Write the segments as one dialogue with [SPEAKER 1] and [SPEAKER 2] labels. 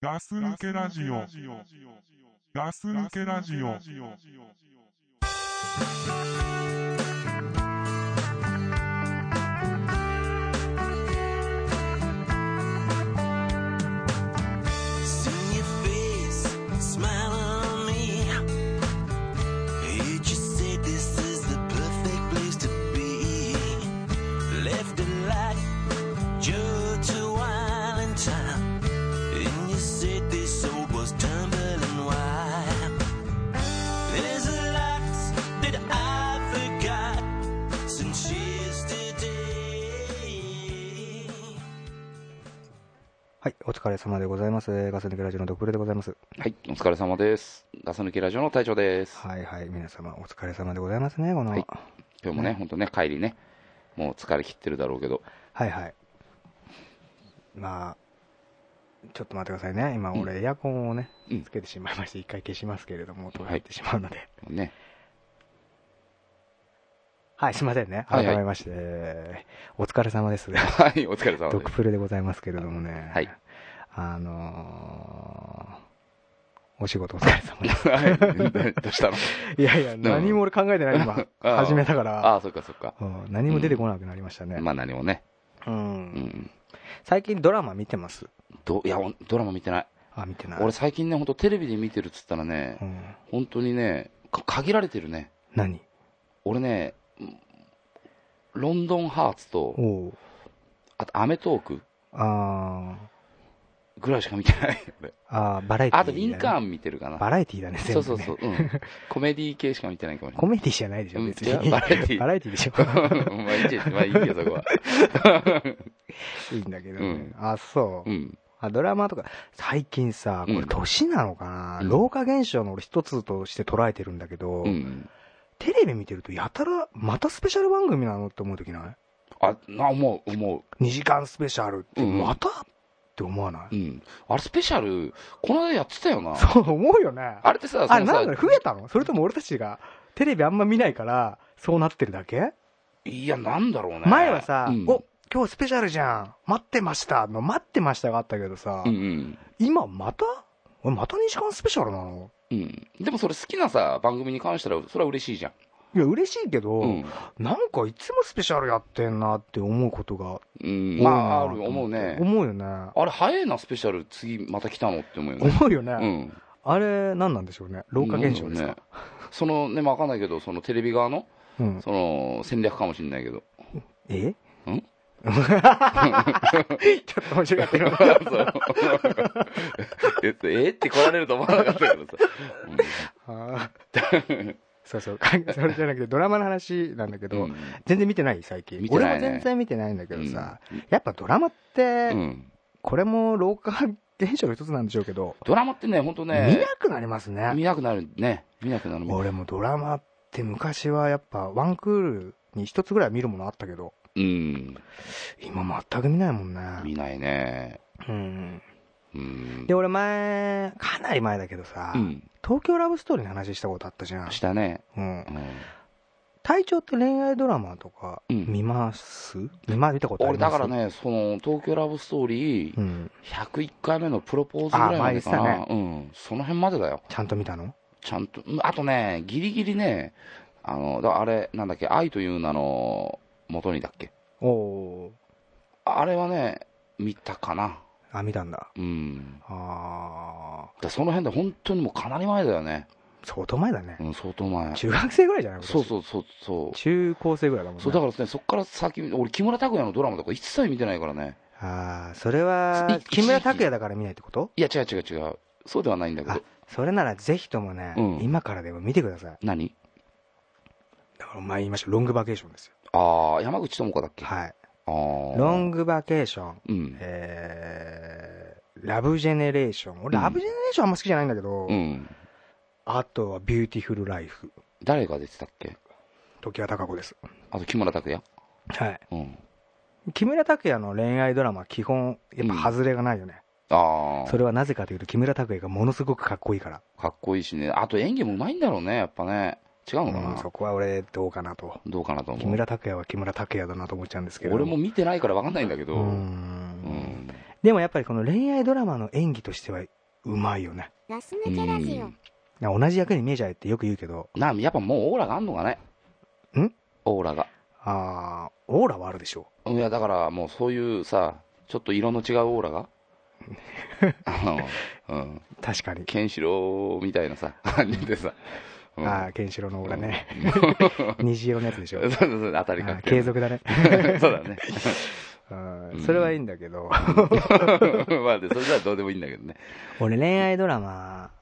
[SPEAKER 1] ガス抜けラジオ。ガス抜けラジオ。
[SPEAKER 2] Sing your face, smile on me. You just said this is the perfect place to be. Left the light, Joe to while in time. And you said this soul was tumbling wide. There's a lot that I forgot since yesterday.
[SPEAKER 3] はい、お疲れ様でございます。ガス抜けラジオのドクレでございます。
[SPEAKER 4] はい、お疲れ様です。ガス抜きラジオの隊長です。
[SPEAKER 3] はいはい、皆様お疲れ様でございますね、この。
[SPEAKER 4] は
[SPEAKER 3] は
[SPEAKER 4] いい、今日もね、ほんとね、帰りね、もう疲れ切ってるだろうけど、
[SPEAKER 3] はい、まあ、ちょっと待ってくださいね。今、俺、エアコンをね、
[SPEAKER 4] うん
[SPEAKER 3] つけてしまいまして、一回消しますけれども、音が
[SPEAKER 4] は
[SPEAKER 3] 入っ
[SPEAKER 4] い
[SPEAKER 3] てしまうので。はい、
[SPEAKER 4] ね、
[SPEAKER 3] すいませんね。
[SPEAKER 4] はい
[SPEAKER 3] 改
[SPEAKER 4] はい
[SPEAKER 3] めまして、えーお疲れ様です。
[SPEAKER 4] はい、お疲れ様
[SPEAKER 3] ド
[SPEAKER 4] で
[SPEAKER 3] ク
[SPEAKER 4] す。
[SPEAKER 3] プルでございますけれどもね。
[SPEAKER 4] はい。
[SPEAKER 3] あのーお仕事お疲れ様で す。
[SPEAKER 4] はいどうしたの
[SPEAKER 3] いやいや、
[SPEAKER 4] ん。
[SPEAKER 3] 何も俺考えてない、今
[SPEAKER 4] ああ
[SPEAKER 3] 始めたから。
[SPEAKER 4] ああ、そっかそっか。
[SPEAKER 3] うん何も出てこなくなりましたね。
[SPEAKER 4] まあ何もね、
[SPEAKER 3] う、
[SPEAKER 4] うんん、
[SPEAKER 3] 最近ドラマ見てます
[SPEAKER 4] どいや、おドラマ見てない。
[SPEAKER 3] あ、見てない。
[SPEAKER 4] 俺最近ね、ほんとテレビで見てるっつったらね
[SPEAKER 3] う、ん、
[SPEAKER 4] 本当にね、か限られてるね。
[SPEAKER 3] 何
[SPEAKER 4] 俺ね、うんロンドンハーツと、
[SPEAKER 3] おう
[SPEAKER 4] あとアメトーク
[SPEAKER 3] あ
[SPEAKER 4] ぐらいしか見てない。俺
[SPEAKER 3] ーあー、バラエティー、
[SPEAKER 4] あとリンカーン見てるかな。
[SPEAKER 3] バラエティーだね、全
[SPEAKER 4] そ
[SPEAKER 3] 部、
[SPEAKER 4] う
[SPEAKER 3] ね。
[SPEAKER 4] そうそう、うん、コメディ系しか見てないかもしれ
[SPEAKER 3] コ
[SPEAKER 4] ない。
[SPEAKER 3] メディじゃないでしょ、別に。
[SPEAKER 4] うんいやバラエティー
[SPEAKER 3] バラエティでし
[SPEAKER 4] まあいいじゃんまあいいよ、 そこは。
[SPEAKER 3] ょ。いいんだけどね。
[SPEAKER 4] うん
[SPEAKER 3] あ、そう、
[SPEAKER 4] うん。
[SPEAKER 3] あ。ドラマとか、最近さ、こ
[SPEAKER 4] う
[SPEAKER 3] れ
[SPEAKER 4] ん
[SPEAKER 3] 年なのかな、
[SPEAKER 4] うん
[SPEAKER 3] 老化現象の俺一つとして捉えてるんだけど、
[SPEAKER 4] うん。
[SPEAKER 3] テレビ見てるとやたら、またスペシャル番組なのって思うときない
[SPEAKER 4] あ、な、思う、思
[SPEAKER 3] ?2 時間スペシャルって、
[SPEAKER 4] うん
[SPEAKER 3] また、って思わな
[SPEAKER 4] う。
[SPEAKER 3] い、
[SPEAKER 4] うん。あれ、スペシャル、この間やってたよな。
[SPEAKER 3] そう思うよね。
[SPEAKER 4] あれってさ、
[SPEAKER 3] あ
[SPEAKER 4] そ
[SPEAKER 3] れ
[SPEAKER 4] の
[SPEAKER 3] なんだ
[SPEAKER 4] さ
[SPEAKER 3] ろう、増えたのそれとも俺たちがテレビあんま見ないから、そうなってるだけ
[SPEAKER 4] いや、なんだろうね。
[SPEAKER 3] 前はさ、
[SPEAKER 4] うん
[SPEAKER 3] お今日スペシャルじゃん、待ってましたの、待ってましたがあったけどさ、
[SPEAKER 4] うんうん。
[SPEAKER 3] 今また俺また2時間スペシャルなの
[SPEAKER 4] うん。でもそれ好きなさ、番組に関しては、それは嬉しいじゃん。
[SPEAKER 3] いや、嬉しいけど、
[SPEAKER 4] うん。
[SPEAKER 3] なんかいつもスペシャルやってんなって思うことが
[SPEAKER 4] うん。
[SPEAKER 3] 多いな
[SPEAKER 4] ま
[SPEAKER 3] と
[SPEAKER 4] あ、あ
[SPEAKER 3] って
[SPEAKER 4] る、思うね。
[SPEAKER 3] 思うよね。
[SPEAKER 4] あれ、早いな、スペシャル、次、また来たのって思うよね。
[SPEAKER 3] 思うよね。
[SPEAKER 4] うん。
[SPEAKER 3] あれ、何なんでしょうね。老化現象です
[SPEAKER 4] なん
[SPEAKER 3] か
[SPEAKER 4] だ。ろうねそのね、まあわかんないけど、そのテレビ側の、
[SPEAKER 3] うん、
[SPEAKER 4] その、戦略かもしれないけど。
[SPEAKER 3] え
[SPEAKER 4] ん
[SPEAKER 3] ちょっと面白かったよ。
[SPEAKER 4] そうええって来られると思わなかったけどさ。
[SPEAKER 3] あー そうそう、 かそれじゃなくて、ドラマの話なんだけ
[SPEAKER 4] うん
[SPEAKER 3] ど、全然見てない、最近、
[SPEAKER 4] 見て
[SPEAKER 3] 俺
[SPEAKER 4] ないね
[SPEAKER 3] も全然見てないんだけどさ、
[SPEAKER 4] うん
[SPEAKER 3] やっぱドラマっ
[SPEAKER 4] う
[SPEAKER 3] て、
[SPEAKER 4] ん
[SPEAKER 3] これも老化現象の一つなんでしょうけど、
[SPEAKER 4] ドラマってね、本当
[SPEAKER 3] 見
[SPEAKER 4] ね
[SPEAKER 3] な、くなりますね、
[SPEAKER 4] 見なくなるね。見なくなる。
[SPEAKER 3] 俺もドラマって昔はやっぱ、ワンクールに一つぐらい見るものあったけど、
[SPEAKER 4] うん。
[SPEAKER 3] 今、全く見ないもん
[SPEAKER 4] 見
[SPEAKER 3] ね。
[SPEAKER 4] ないね。
[SPEAKER 3] うん、
[SPEAKER 4] うん。
[SPEAKER 3] で、俺、前、かなり前だけどさ、
[SPEAKER 4] うん。
[SPEAKER 3] 東京ラブストーリーの話したことあったじゃん。
[SPEAKER 4] したね。
[SPEAKER 3] うん
[SPEAKER 4] う、ん
[SPEAKER 3] 体調って恋愛ドラマとか
[SPEAKER 4] うん
[SPEAKER 3] 見ます、見ま見たことあ
[SPEAKER 4] 俺、
[SPEAKER 3] りま
[SPEAKER 4] だ
[SPEAKER 3] す
[SPEAKER 4] から、ね、その、東京ラブストーリ
[SPEAKER 3] う
[SPEAKER 4] ー、
[SPEAKER 3] ん、
[SPEAKER 4] 101回目のプロポーズぐらいまでか
[SPEAKER 3] あ
[SPEAKER 4] な。
[SPEAKER 3] 前言
[SPEAKER 4] うん。その辺までだよ。
[SPEAKER 3] ちゃんと見たの
[SPEAKER 4] ちゃんと、うんあとね、ギリギリね、あの、だからあれ、なんだっけ、愛という名の元にだっけ。
[SPEAKER 3] おお
[SPEAKER 4] あれはね、見たかな。
[SPEAKER 3] ーあ見たんだ
[SPEAKER 4] うん。
[SPEAKER 3] ああ
[SPEAKER 4] だからその辺で本当にもうかなり前だよね。
[SPEAKER 3] 相当前だね、
[SPEAKER 4] うん、相当前。
[SPEAKER 3] 中学生ぐらいじゃない
[SPEAKER 4] そう
[SPEAKER 3] う
[SPEAKER 4] そうそうそう。
[SPEAKER 3] 中高生ぐらいだもんね
[SPEAKER 4] そうだからね、そこから先、俺、木村拓哉のドラマとか一切見てないからね。
[SPEAKER 3] ああそれはい木村拓哉だから見ないってこと
[SPEAKER 4] いや、違う違う違う。そうではないんだけ
[SPEAKER 3] あ
[SPEAKER 4] ど。
[SPEAKER 3] それならぜひともね、
[SPEAKER 4] うん
[SPEAKER 3] 今からでも見てください
[SPEAKER 4] 何
[SPEAKER 3] だから前言いましたロングバケーションですよ
[SPEAKER 4] ああ、山口智子だっけあ
[SPEAKER 3] はい
[SPEAKER 4] あー。
[SPEAKER 3] ロングバケーション
[SPEAKER 4] うん。
[SPEAKER 3] えー、ラブジェネレーション俺、
[SPEAKER 4] うん
[SPEAKER 3] ラブジェネレーションあんま好きじゃないんだけど、
[SPEAKER 4] うん。
[SPEAKER 3] あとはビューティフルライフ
[SPEAKER 4] 誰が出てたっけ
[SPEAKER 3] 時は高子です
[SPEAKER 4] あと木村拓哉
[SPEAKER 3] はい
[SPEAKER 4] うん。
[SPEAKER 3] 木村拓哉の恋愛ドラマは基本やっぱ外れがないよね、
[SPEAKER 4] あ
[SPEAKER 3] そ
[SPEAKER 4] あ、
[SPEAKER 3] れはなぜかというと木村拓哉がものすごくかっこいいから、
[SPEAKER 4] かっこいいしね。あと演技もうまいんだろうね、やっぱね。違うのか
[SPEAKER 3] うんそ
[SPEAKER 4] な
[SPEAKER 3] こは俺どうかなと
[SPEAKER 4] どうかなと
[SPEAKER 3] 木
[SPEAKER 4] 思う。
[SPEAKER 3] 村拓哉は木村拓哉だなと思っちゃうんですけど
[SPEAKER 4] 俺も見てないから分かんないんだけ
[SPEAKER 3] う
[SPEAKER 4] ど。
[SPEAKER 3] ーん
[SPEAKER 4] うん。
[SPEAKER 3] でもやっぱりこの恋愛ドラマの演技としてはうまいよね。
[SPEAKER 5] ガス抜けラジオ。
[SPEAKER 3] な同じ役に見えちゃえってよく言うけど、
[SPEAKER 4] なやっぱもうオーラがあんのかね
[SPEAKER 3] ん
[SPEAKER 4] オーラが
[SPEAKER 3] あー、オーラはあるでしょ
[SPEAKER 4] いやだからもうそういうさちょっと色の違うオーラ があの、うん、
[SPEAKER 3] う。確かに。
[SPEAKER 4] ケンシロウみたいな さ感じでさ、うん
[SPEAKER 3] あー、ケンシロウのオーラね。 虹色のやつでしょ
[SPEAKER 4] そう。そうそう当たり
[SPEAKER 3] あ
[SPEAKER 4] か
[SPEAKER 3] ー
[SPEAKER 4] け
[SPEAKER 3] 継続だ ね。
[SPEAKER 4] そうだね
[SPEAKER 3] うん
[SPEAKER 4] うん
[SPEAKER 3] それはいいんだけど、
[SPEAKER 4] まあでそれじゃどうでもいいんだけどね
[SPEAKER 3] 俺恋愛ドラマ、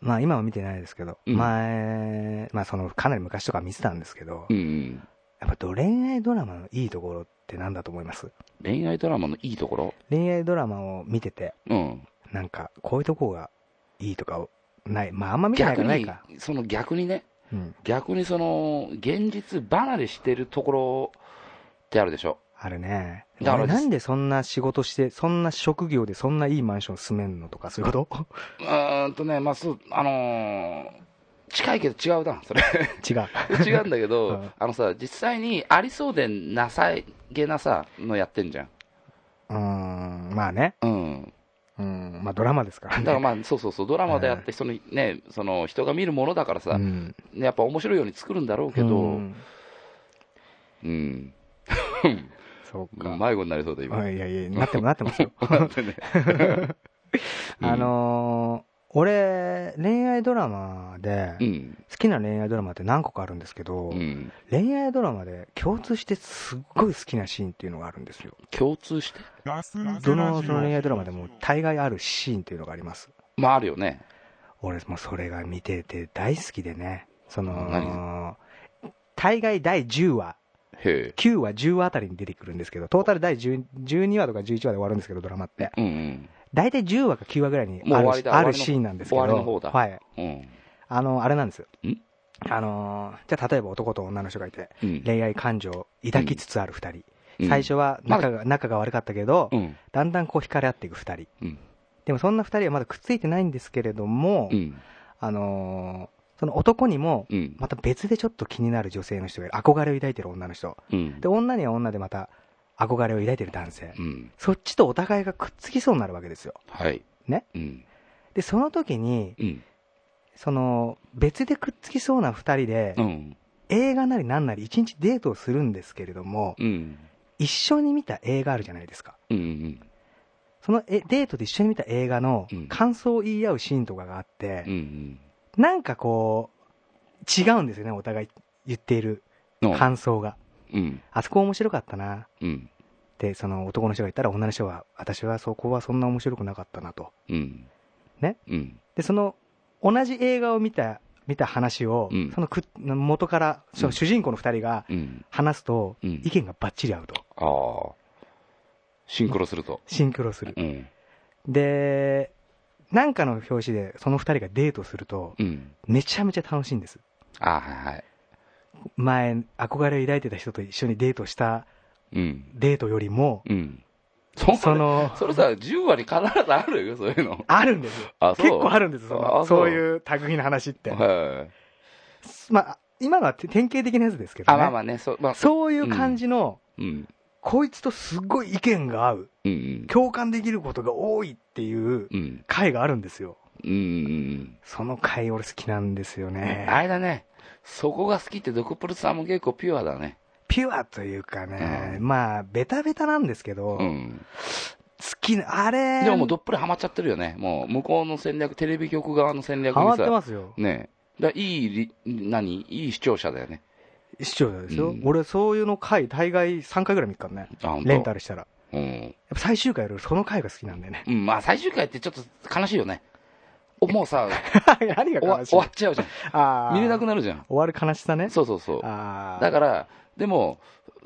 [SPEAKER 3] まあ今は見てないですけど、
[SPEAKER 4] うん
[SPEAKER 3] 前、まあそのかなり昔とか見てたんですけど、
[SPEAKER 4] うんうん
[SPEAKER 3] やっぱど恋愛ドラマのいいところってなんだと思います
[SPEAKER 4] 恋愛ドラマのいいところ
[SPEAKER 3] 恋愛ドラマを見てて、
[SPEAKER 4] うん
[SPEAKER 3] なんかこういうとこがいいとかをない。まああんま見てない
[SPEAKER 4] 逆
[SPEAKER 3] からない
[SPEAKER 4] に
[SPEAKER 3] か。
[SPEAKER 4] その逆にね
[SPEAKER 3] うん。
[SPEAKER 4] 逆にその現実離れしてるところってあるでしょ
[SPEAKER 3] あるね。
[SPEAKER 4] だから
[SPEAKER 3] 俺なんでそんな仕事して、そんな職業でそんないいマンション住めんのとかそういうこと
[SPEAKER 4] うーんとねまあそうあのー近いけど違うなそれ
[SPEAKER 3] 違う。
[SPEAKER 4] 違うんだけど、
[SPEAKER 3] うん
[SPEAKER 4] あのさ実際にありそうでなさげなさのやってんじゃん
[SPEAKER 3] うーん、まあね。
[SPEAKER 4] うん
[SPEAKER 3] うん、まあドラマですから
[SPEAKER 4] だ
[SPEAKER 3] ね。
[SPEAKER 4] からまあそうそうそうドラマでやって人にねその人が見るものだからさ、
[SPEAKER 3] うん、
[SPEAKER 4] やっぱ面白いように作るんだろうけど
[SPEAKER 3] う
[SPEAKER 4] うん
[SPEAKER 3] ん、
[SPEAKER 4] うん
[SPEAKER 3] そうか。
[SPEAKER 4] 迷子になりそうだ今、
[SPEAKER 3] うんいやいや、なってもなってますよ。
[SPEAKER 4] なんてね うん
[SPEAKER 3] あのー俺、恋愛ドラマで、
[SPEAKER 4] うん
[SPEAKER 3] 好きな恋愛ドラマって何個かあるんですけど、
[SPEAKER 4] うん
[SPEAKER 3] 恋愛ドラマで共通してすっごい好きなシーンっていうのがあるんですよ。
[SPEAKER 4] 共通して
[SPEAKER 1] ガス抜
[SPEAKER 3] ど
[SPEAKER 1] けラ
[SPEAKER 3] の
[SPEAKER 1] ジ
[SPEAKER 3] その恋愛ドラマでも
[SPEAKER 1] オ
[SPEAKER 3] 大概あるシーンっていうのがあります。
[SPEAKER 4] まああるよね
[SPEAKER 3] 俺もそれが見てて大好きでね、その
[SPEAKER 4] 何、
[SPEAKER 3] 大概第10話、
[SPEAKER 4] へ
[SPEAKER 3] 9話、10話あたりに出てくるんですけど、トータル第10 12話とか11話で終わるんですけど、ドラマって。
[SPEAKER 4] えうん
[SPEAKER 3] 大体10話か9話ぐらいに
[SPEAKER 4] もう終
[SPEAKER 3] ある
[SPEAKER 4] わりだ
[SPEAKER 3] あ
[SPEAKER 4] 終わ
[SPEAKER 3] る
[SPEAKER 4] りの
[SPEAKER 3] シーンなんですけど、
[SPEAKER 4] 終わりの方だ
[SPEAKER 3] はい。
[SPEAKER 4] うんうん
[SPEAKER 3] あの、あれなんですよ
[SPEAKER 4] ん。
[SPEAKER 3] あのー、じゃあ例えば男と女の人がいて、
[SPEAKER 4] うん
[SPEAKER 3] 恋愛感情を抱きつつある二人。
[SPEAKER 4] うん
[SPEAKER 3] 最初は仲が仲が悪かったけど、
[SPEAKER 4] うん
[SPEAKER 3] だんだんこう惹かれ合っていく二人。
[SPEAKER 4] うん
[SPEAKER 3] でもそんな二人はまだくっついてないんですけれども、
[SPEAKER 4] うん
[SPEAKER 3] あのーその男にも、
[SPEAKER 4] うん
[SPEAKER 3] また別でちょっと気になる女性の人がいる。憧れを抱いてる女の人。
[SPEAKER 4] うん
[SPEAKER 3] で、女には女でまた憧れを抱いてる男性。
[SPEAKER 4] うん
[SPEAKER 3] そっちとお互いがくっつきそうになるわけですよ。
[SPEAKER 4] はい
[SPEAKER 3] ね
[SPEAKER 4] うん
[SPEAKER 3] で、その時に、
[SPEAKER 4] うん
[SPEAKER 3] その、別でくっつきそうな二人で、
[SPEAKER 4] うん
[SPEAKER 3] 映画なりなんなり一日デートをするんですけれども、
[SPEAKER 4] うん
[SPEAKER 3] 一緒に見た映画あるじゃないですか。
[SPEAKER 4] うんうん
[SPEAKER 3] そのえデートで一緒に見た映画の
[SPEAKER 4] うん
[SPEAKER 3] 感想を言い合うシーンとかがあっ
[SPEAKER 4] うんう
[SPEAKER 3] て、
[SPEAKER 4] ん
[SPEAKER 3] なんかこう、違うんですよね、お互い言っている
[SPEAKER 4] の
[SPEAKER 3] 感想が。
[SPEAKER 4] うん
[SPEAKER 3] あそこ面白かったな。
[SPEAKER 4] うん
[SPEAKER 3] って、その男の人が言ったら女の人は、私はそこはそんな面白くなかったなと。
[SPEAKER 4] うん
[SPEAKER 3] ね
[SPEAKER 4] うん
[SPEAKER 3] で、その、同じ映画を見た、見た話を、
[SPEAKER 4] うん
[SPEAKER 3] そのく元から、その主人公の二人が
[SPEAKER 4] うん
[SPEAKER 3] 話すと、
[SPEAKER 4] うん
[SPEAKER 3] 意見がバッチリ合うと。
[SPEAKER 4] ああシンクロすると
[SPEAKER 3] シンクロする
[SPEAKER 4] う。ん
[SPEAKER 3] で、なんかの表紙でその二人がデートすると、
[SPEAKER 4] うん
[SPEAKER 3] めちゃめちゃ楽しいんです。
[SPEAKER 4] ああはいはい
[SPEAKER 3] 前、憧れを抱いてた人と一緒にデートした
[SPEAKER 4] うん
[SPEAKER 3] デートよりも、
[SPEAKER 4] うんそ
[SPEAKER 3] そ
[SPEAKER 4] んな
[SPEAKER 3] の、
[SPEAKER 4] それさ10割必ずあるよそういうの
[SPEAKER 3] あるんですよ。
[SPEAKER 4] あそう
[SPEAKER 3] 結構あるんですその
[SPEAKER 4] あ
[SPEAKER 3] そ
[SPEAKER 4] そう
[SPEAKER 3] ういう類の話って。
[SPEAKER 4] はい
[SPEAKER 3] まあ、今のはて典型的なやつですけど
[SPEAKER 4] あ
[SPEAKER 3] ね。
[SPEAKER 4] まあまあねそうまあ
[SPEAKER 3] そういう感じの、
[SPEAKER 4] うん
[SPEAKER 3] こいつとすっごい意見が合う、
[SPEAKER 4] うん
[SPEAKER 3] 共感できることが多いっていう
[SPEAKER 4] うんうん
[SPEAKER 3] 回があるんですよ。
[SPEAKER 4] うんうん
[SPEAKER 3] その回俺好きなんですよね。
[SPEAKER 4] あれだねそこが好きってドクプルさんも結構ピュアだね
[SPEAKER 3] ピュアというかね、
[SPEAKER 4] うん
[SPEAKER 3] まあ、ベタベタなんですけど、
[SPEAKER 4] う
[SPEAKER 3] 好
[SPEAKER 4] ん
[SPEAKER 3] きな、あれ、
[SPEAKER 4] でももうどっぷりハマっちゃってるよね。もう向こうの戦略、テレビ局側の戦略
[SPEAKER 3] ハ
[SPEAKER 4] に
[SPEAKER 3] マって
[SPEAKER 4] さ、
[SPEAKER 3] ますよ。
[SPEAKER 4] ねえだからいいり、何いい視聴者だよね。
[SPEAKER 3] 視聴者ですよ。
[SPEAKER 4] うん
[SPEAKER 3] 俺、そういうの回、大概3回ぐらい見っからね。
[SPEAKER 4] あ、本当
[SPEAKER 3] レンタルしたら。や
[SPEAKER 4] うん。
[SPEAKER 3] っぱ最終回よりその回が好きなんだよね。
[SPEAKER 4] うん、まあ最終回ってちょっと悲しいよね。おもう さ、
[SPEAKER 3] 何が
[SPEAKER 4] 終わ
[SPEAKER 3] 悲しい
[SPEAKER 4] 終わっちゃうじゃん。
[SPEAKER 3] あー
[SPEAKER 4] 見れなくなるじゃん。
[SPEAKER 3] 終わる悲しさね。
[SPEAKER 4] そうそうそう。
[SPEAKER 3] あ
[SPEAKER 4] だ
[SPEAKER 3] ら、
[SPEAKER 4] から、でも、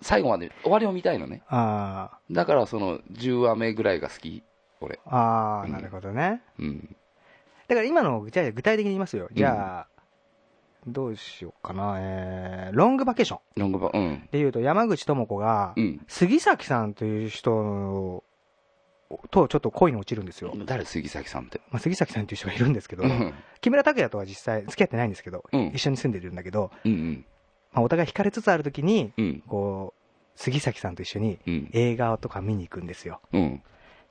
[SPEAKER 4] 最後まで終わりを見たいのね。
[SPEAKER 3] あ
[SPEAKER 4] だから、その、10話目ぐらいが好き、俺。
[SPEAKER 3] ーあー、
[SPEAKER 4] うん
[SPEAKER 3] なるほどね。
[SPEAKER 4] うん。
[SPEAKER 3] だから今の、じゃあ具体的に言いますよ。じゃあ、どうしようかな。えー、ロングバケーション
[SPEAKER 4] ロングバうん。
[SPEAKER 3] で言うと、山口智子が
[SPEAKER 4] う、ん。
[SPEAKER 3] 杉崎さんという人とちょっと恋に落ちるんですよ。
[SPEAKER 4] 誰、杉崎さんって。
[SPEAKER 3] まあ、杉崎さんという人がいるんですけど
[SPEAKER 4] う、ん。
[SPEAKER 3] 木村拓哉とは実際付き合ってないんですけど、
[SPEAKER 4] うん
[SPEAKER 3] 一緒に住んでるんだけど、
[SPEAKER 4] うん。
[SPEAKER 3] まあ、お互い惹かれつつある時に、
[SPEAKER 4] うん。
[SPEAKER 3] こう、杉崎さんと一緒に
[SPEAKER 4] うん。
[SPEAKER 3] 映画とか見に行くんですよ。
[SPEAKER 4] うん。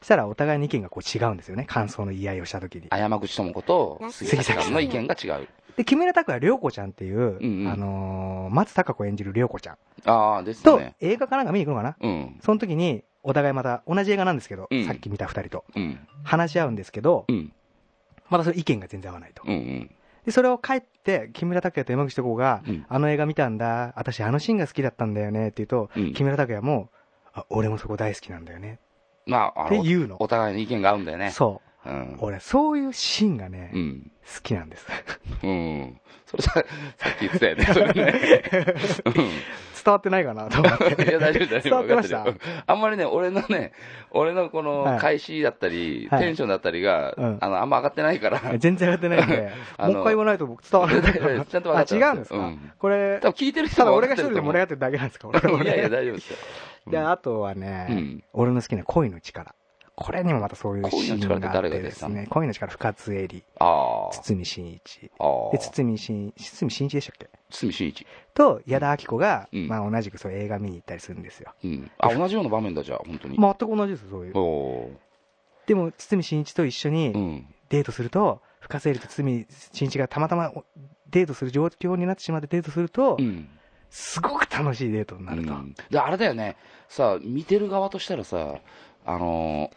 [SPEAKER 3] したらお互いの意見がこう違うんですよね感想の言い合いをした時に
[SPEAKER 4] あ山口智子と杉崎さんの意見が違う。
[SPEAKER 3] で木村拓哉涼子ちゃんっていう、
[SPEAKER 4] んうん
[SPEAKER 3] あのー松たか子演じる涼子ちゃん
[SPEAKER 4] ああ、です
[SPEAKER 3] と、
[SPEAKER 4] ね。
[SPEAKER 3] 映画かなんか見に行くのかな
[SPEAKER 4] うん。
[SPEAKER 3] その時にお互いまた同じ映画なんですけど、
[SPEAKER 4] うん
[SPEAKER 3] さっき見た2人と
[SPEAKER 4] うん。
[SPEAKER 3] 話し合うんですけど
[SPEAKER 4] うん。
[SPEAKER 3] またその意見が全然合わないと、
[SPEAKER 4] うん。うん。
[SPEAKER 3] でそれを帰って木村拓哉と山口子が、
[SPEAKER 4] うん
[SPEAKER 3] あの映画見たんだ私あのシーンが好きだったんだよね」って言うと、
[SPEAKER 4] うん
[SPEAKER 3] 木村拓哉もあ「俺もそこ大好きなんだよね
[SPEAKER 4] まあ、」
[SPEAKER 3] っ
[SPEAKER 4] あ
[SPEAKER 3] て
[SPEAKER 4] の、
[SPEAKER 3] 言うの
[SPEAKER 4] お互いの意見が合うんだよね。。
[SPEAKER 3] そううん俺そういうシーンがね、
[SPEAKER 4] うん。
[SPEAKER 3] 好きなんです
[SPEAKER 4] うん。それさ、さっき言ってたよね。それね。
[SPEAKER 3] 伝わってないかなと思っ
[SPEAKER 4] うん。いや、
[SPEAKER 3] て
[SPEAKER 4] 大丈夫、大丈夫。
[SPEAKER 3] 伝わってました
[SPEAKER 4] 分かってるあんまりね、俺のね、俺のこ
[SPEAKER 3] は
[SPEAKER 4] の
[SPEAKER 3] い
[SPEAKER 4] 返しだったり、
[SPEAKER 3] はい
[SPEAKER 4] テンションだったりが、
[SPEAKER 3] うん
[SPEAKER 4] あの、あんま上がってないから。
[SPEAKER 3] 全然やってないんで
[SPEAKER 4] あの
[SPEAKER 3] もう一回言わないと僕伝わらないか
[SPEAKER 4] いやい
[SPEAKER 3] ら
[SPEAKER 4] や ちゃんと分かってる
[SPEAKER 3] あ違うんですか、
[SPEAKER 4] うん
[SPEAKER 3] これ
[SPEAKER 4] 多分聞いてる人
[SPEAKER 3] ただ
[SPEAKER 4] も分
[SPEAKER 3] 俺
[SPEAKER 4] か
[SPEAKER 3] が
[SPEAKER 4] ってると
[SPEAKER 3] 一人で
[SPEAKER 4] 思う
[SPEAKER 3] 盛り上がってるだけなんですか俺は
[SPEAKER 4] いやいや、大丈夫ですよ。うん
[SPEAKER 3] であとはね、
[SPEAKER 4] うん
[SPEAKER 3] 俺の好きな恋の力これにもまたそういうシーンがあってですね恋の力深津絵里
[SPEAKER 4] ああ。
[SPEAKER 3] 堤真一
[SPEAKER 4] あ
[SPEAKER 3] で
[SPEAKER 4] あ。
[SPEAKER 3] 堤真堤真一でしたっけ
[SPEAKER 4] 堤真一。
[SPEAKER 3] と矢田亜希子が、
[SPEAKER 4] うん
[SPEAKER 3] まあ、同じくそういう映画見に行ったりするんですよ
[SPEAKER 4] うん。あ、同じような場面だ、じゃあ、本当に。
[SPEAKER 3] 全く同じですよそういう
[SPEAKER 4] おお
[SPEAKER 3] でも堤真一と一緒
[SPEAKER 4] ー。う
[SPEAKER 3] に
[SPEAKER 4] ん。
[SPEAKER 3] デートすると深津絵里と堤真一がたまたまおデートする状況になってしまってデートすると、
[SPEAKER 4] うん。
[SPEAKER 3] すごく楽しいデートになると、
[SPEAKER 4] うんであれだよねさあ見てる側としたらさあの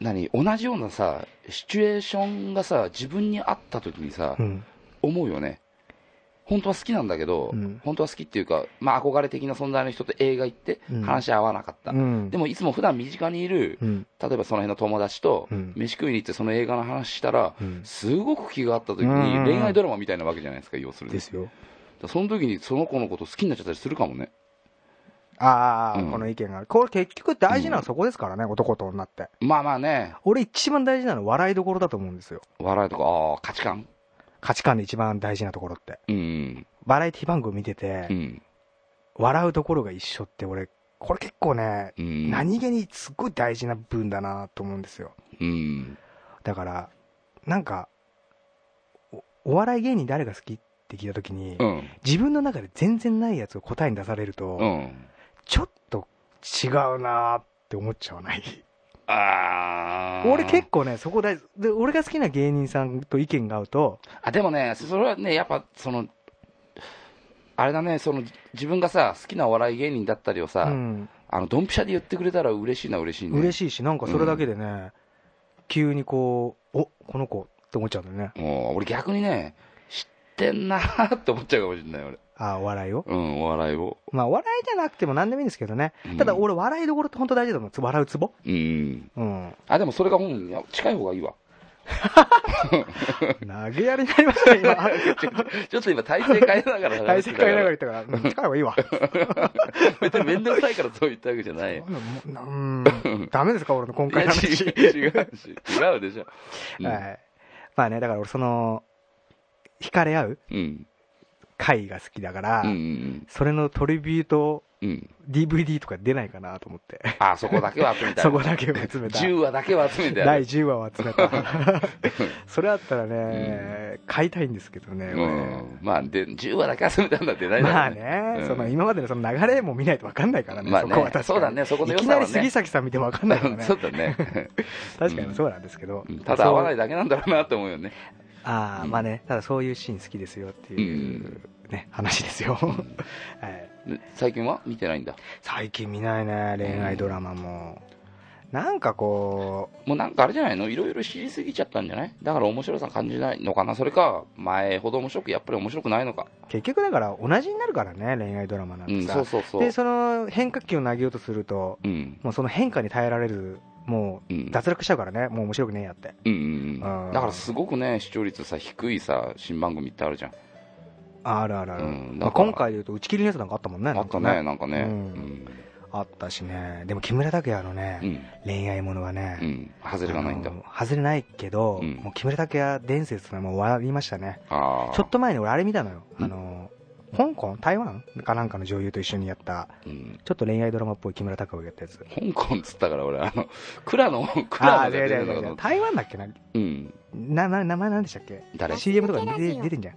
[SPEAKER 4] ー何同じようなさシチュエーションがさ自分にあった時にさ、
[SPEAKER 3] うん
[SPEAKER 4] 思うよね本当は好きなんだけど、
[SPEAKER 3] うん
[SPEAKER 4] 本当は好きっていうか、まあ、憧れ的な存在の人と映画行って
[SPEAKER 3] うん
[SPEAKER 4] 話合わなかった、
[SPEAKER 3] うん
[SPEAKER 4] でもいつも普段身近にいる
[SPEAKER 3] うん
[SPEAKER 4] 例えばその辺の友達と
[SPEAKER 3] うん
[SPEAKER 4] 飯食いに行ってその映画の話したら、
[SPEAKER 3] うん
[SPEAKER 4] すごく気が合った時に
[SPEAKER 3] うんうんうん
[SPEAKER 4] 恋愛ドラマみたいなわけじゃないですか要するに
[SPEAKER 3] ですよ
[SPEAKER 4] だからその時にその子のこと好きになっちゃったりするかもね
[SPEAKER 3] ああ、
[SPEAKER 4] うん
[SPEAKER 3] この意見があるこれ結局大事なのはそこですからね、男と女って
[SPEAKER 4] まあまあね
[SPEAKER 3] 俺一番大事なのは笑いどころだと思うんですよ
[SPEAKER 4] 笑いとか、ああ、価値観
[SPEAKER 3] 価値観で一番大事なところって
[SPEAKER 4] うん。
[SPEAKER 3] バラエティ番組見てて、
[SPEAKER 4] うん。
[SPEAKER 3] 笑うところが一緒って俺これ結構ね、
[SPEAKER 4] うん。
[SPEAKER 3] 何気にすごい大事な部分だなと思うんですよ
[SPEAKER 4] うん。
[SPEAKER 3] だからなんかおお笑い芸人誰が好きって聞いた時に、
[SPEAKER 4] うん。
[SPEAKER 3] 自分の中で全然ないやつを答えに出されると、
[SPEAKER 4] うん。
[SPEAKER 3] ちょっと違うなって思っちゃわない
[SPEAKER 4] ああ。
[SPEAKER 3] 俺結構ねそこ大事で俺が好きな芸人さんと意見が合うと
[SPEAKER 4] あ、でもね、そそれはね、やっぱ、その、あれだね、その、自分がさ、好きなお笑い芸人だったりをさ、
[SPEAKER 3] うん
[SPEAKER 4] あの、ドンピシャで言ってくれたら嬉しいな、嬉しいね。
[SPEAKER 3] 嬉
[SPEAKER 4] し
[SPEAKER 3] しいしなんかそれだけでね、急にこうおこの子って思っちゃうんだよね
[SPEAKER 4] い。もう、俺逆にね、知ってんなーって思っちゃうかもしれない、俺。
[SPEAKER 3] ああお笑いを
[SPEAKER 4] うん、お笑いを。
[SPEAKER 3] まあお笑いじゃなくても何でもいいんですけどね
[SPEAKER 4] うん
[SPEAKER 3] ただ俺笑いどころって本当大事だと思うつ笑うツボ
[SPEAKER 4] うん。
[SPEAKER 3] うん
[SPEAKER 4] あ、でもそれが本、いや近い方がいいわ。
[SPEAKER 3] 投げやりになりました ね今
[SPEAKER 4] ちょっと今、体勢変えながら
[SPEAKER 3] 大
[SPEAKER 4] 話して
[SPEAKER 3] 切
[SPEAKER 4] たか
[SPEAKER 3] 会ながら
[SPEAKER 4] ら
[SPEAKER 3] 言っ。たからうん近い方がいいわ
[SPEAKER 4] 別に面倒くさいからそう言ったわけじゃないよ。
[SPEAKER 3] うんダメですか俺の今
[SPEAKER 4] いや
[SPEAKER 3] 回の話
[SPEAKER 4] 違う違うし違うでしょ。うん
[SPEAKER 3] はいまあねだから俺その惹かれ合う
[SPEAKER 4] うん。
[SPEAKER 3] 回が好きだから、
[SPEAKER 4] うんうん
[SPEAKER 3] それのトリビュート
[SPEAKER 4] うん。うん。
[SPEAKER 3] DVD とか出ないかなと 思って
[SPEAKER 4] あ、そこだけは集めた。
[SPEAKER 3] そこだけを集めた
[SPEAKER 4] 10話だけは集めた。
[SPEAKER 3] 第10話を集めた それあったらね、買いたいんですけどね、
[SPEAKER 4] う
[SPEAKER 3] 俺
[SPEAKER 4] ん。まあ、で、10話だけ集めたんだってないだろう
[SPEAKER 3] まあね、
[SPEAKER 4] うん
[SPEAKER 3] その今までのその流れも見ないと分かんないからね、
[SPEAKER 4] まあ
[SPEAKER 3] そこは確
[SPEAKER 4] ね。
[SPEAKER 3] かに
[SPEAKER 4] そうだね、そこの
[SPEAKER 3] い
[SPEAKER 4] 良
[SPEAKER 3] き
[SPEAKER 4] さ
[SPEAKER 3] な
[SPEAKER 4] は
[SPEAKER 3] り
[SPEAKER 4] ね。
[SPEAKER 3] 杉崎さん見ても分かんないからね
[SPEAKER 4] そうだね。
[SPEAKER 3] 確かにそうなんですけど、
[SPEAKER 4] うんただ合わないいだけなんだろうなと思うよね。
[SPEAKER 3] ああ、まあねただそういうシーン好きですよっていう、ね、話ですよ、 はい
[SPEAKER 4] で最近は見てないんだ。
[SPEAKER 3] 最近見ないね恋愛ドラマも、なんかこ
[SPEAKER 4] もうなんかあれじゃないのいろいろ知りすぎちゃったんじゃないだから面白さ感じないのかなそれか、前ほど面白く、やっぱり面白くないのか。
[SPEAKER 3] う結局だから同じになるからね恋愛ドラマなん
[SPEAKER 4] う
[SPEAKER 3] て
[SPEAKER 4] ん、
[SPEAKER 3] さ、
[SPEAKER 4] そうそうそう
[SPEAKER 3] で。その変化球を投げようとすると
[SPEAKER 4] うん。
[SPEAKER 3] もうその変化に耐えられずも
[SPEAKER 4] う。
[SPEAKER 3] うん脱落しちゃうからねもう面白くねえやって
[SPEAKER 4] うんうん
[SPEAKER 3] あ
[SPEAKER 4] う
[SPEAKER 3] ー
[SPEAKER 4] ん、だからすごくね視聴率さ低いさ新番組ってあるじゃん
[SPEAKER 3] ああるあるある、
[SPEAKER 4] うん
[SPEAKER 3] まあ、
[SPEAKER 4] だから
[SPEAKER 3] 今回でいうと打ち切りのやつなんかあったもんね
[SPEAKER 4] あった
[SPEAKER 3] なん
[SPEAKER 4] ね
[SPEAKER 3] か
[SPEAKER 4] なんかねう
[SPEAKER 3] う
[SPEAKER 4] んん
[SPEAKER 3] あったしねでも木村拓哉のね、
[SPEAKER 4] うん
[SPEAKER 3] 恋愛ものはね、
[SPEAKER 4] うん外れがないんだ
[SPEAKER 3] あの外れないけど、
[SPEAKER 4] うん
[SPEAKER 3] もう木村拓哉伝説はもう終わりましたね
[SPEAKER 4] ああ
[SPEAKER 3] ちょっと前に俺あれ見たのよ、
[SPEAKER 4] うん
[SPEAKER 3] あの香港台湾かなんかの女優と一緒にやった
[SPEAKER 4] うん
[SPEAKER 3] ちょっと恋愛ドラマっぽい木村拓哉がやったやつ
[SPEAKER 4] 香港っつったから俺あの蔵の
[SPEAKER 3] あ
[SPEAKER 4] 蔵
[SPEAKER 3] あ
[SPEAKER 4] の
[SPEAKER 3] ー違う違う
[SPEAKER 4] の
[SPEAKER 3] 違う違う
[SPEAKER 4] の
[SPEAKER 3] 台湾だっけな
[SPEAKER 4] うん
[SPEAKER 3] なな名前なんでしたっけ
[SPEAKER 4] 誰
[SPEAKER 3] CM とかに出て出てんじゃん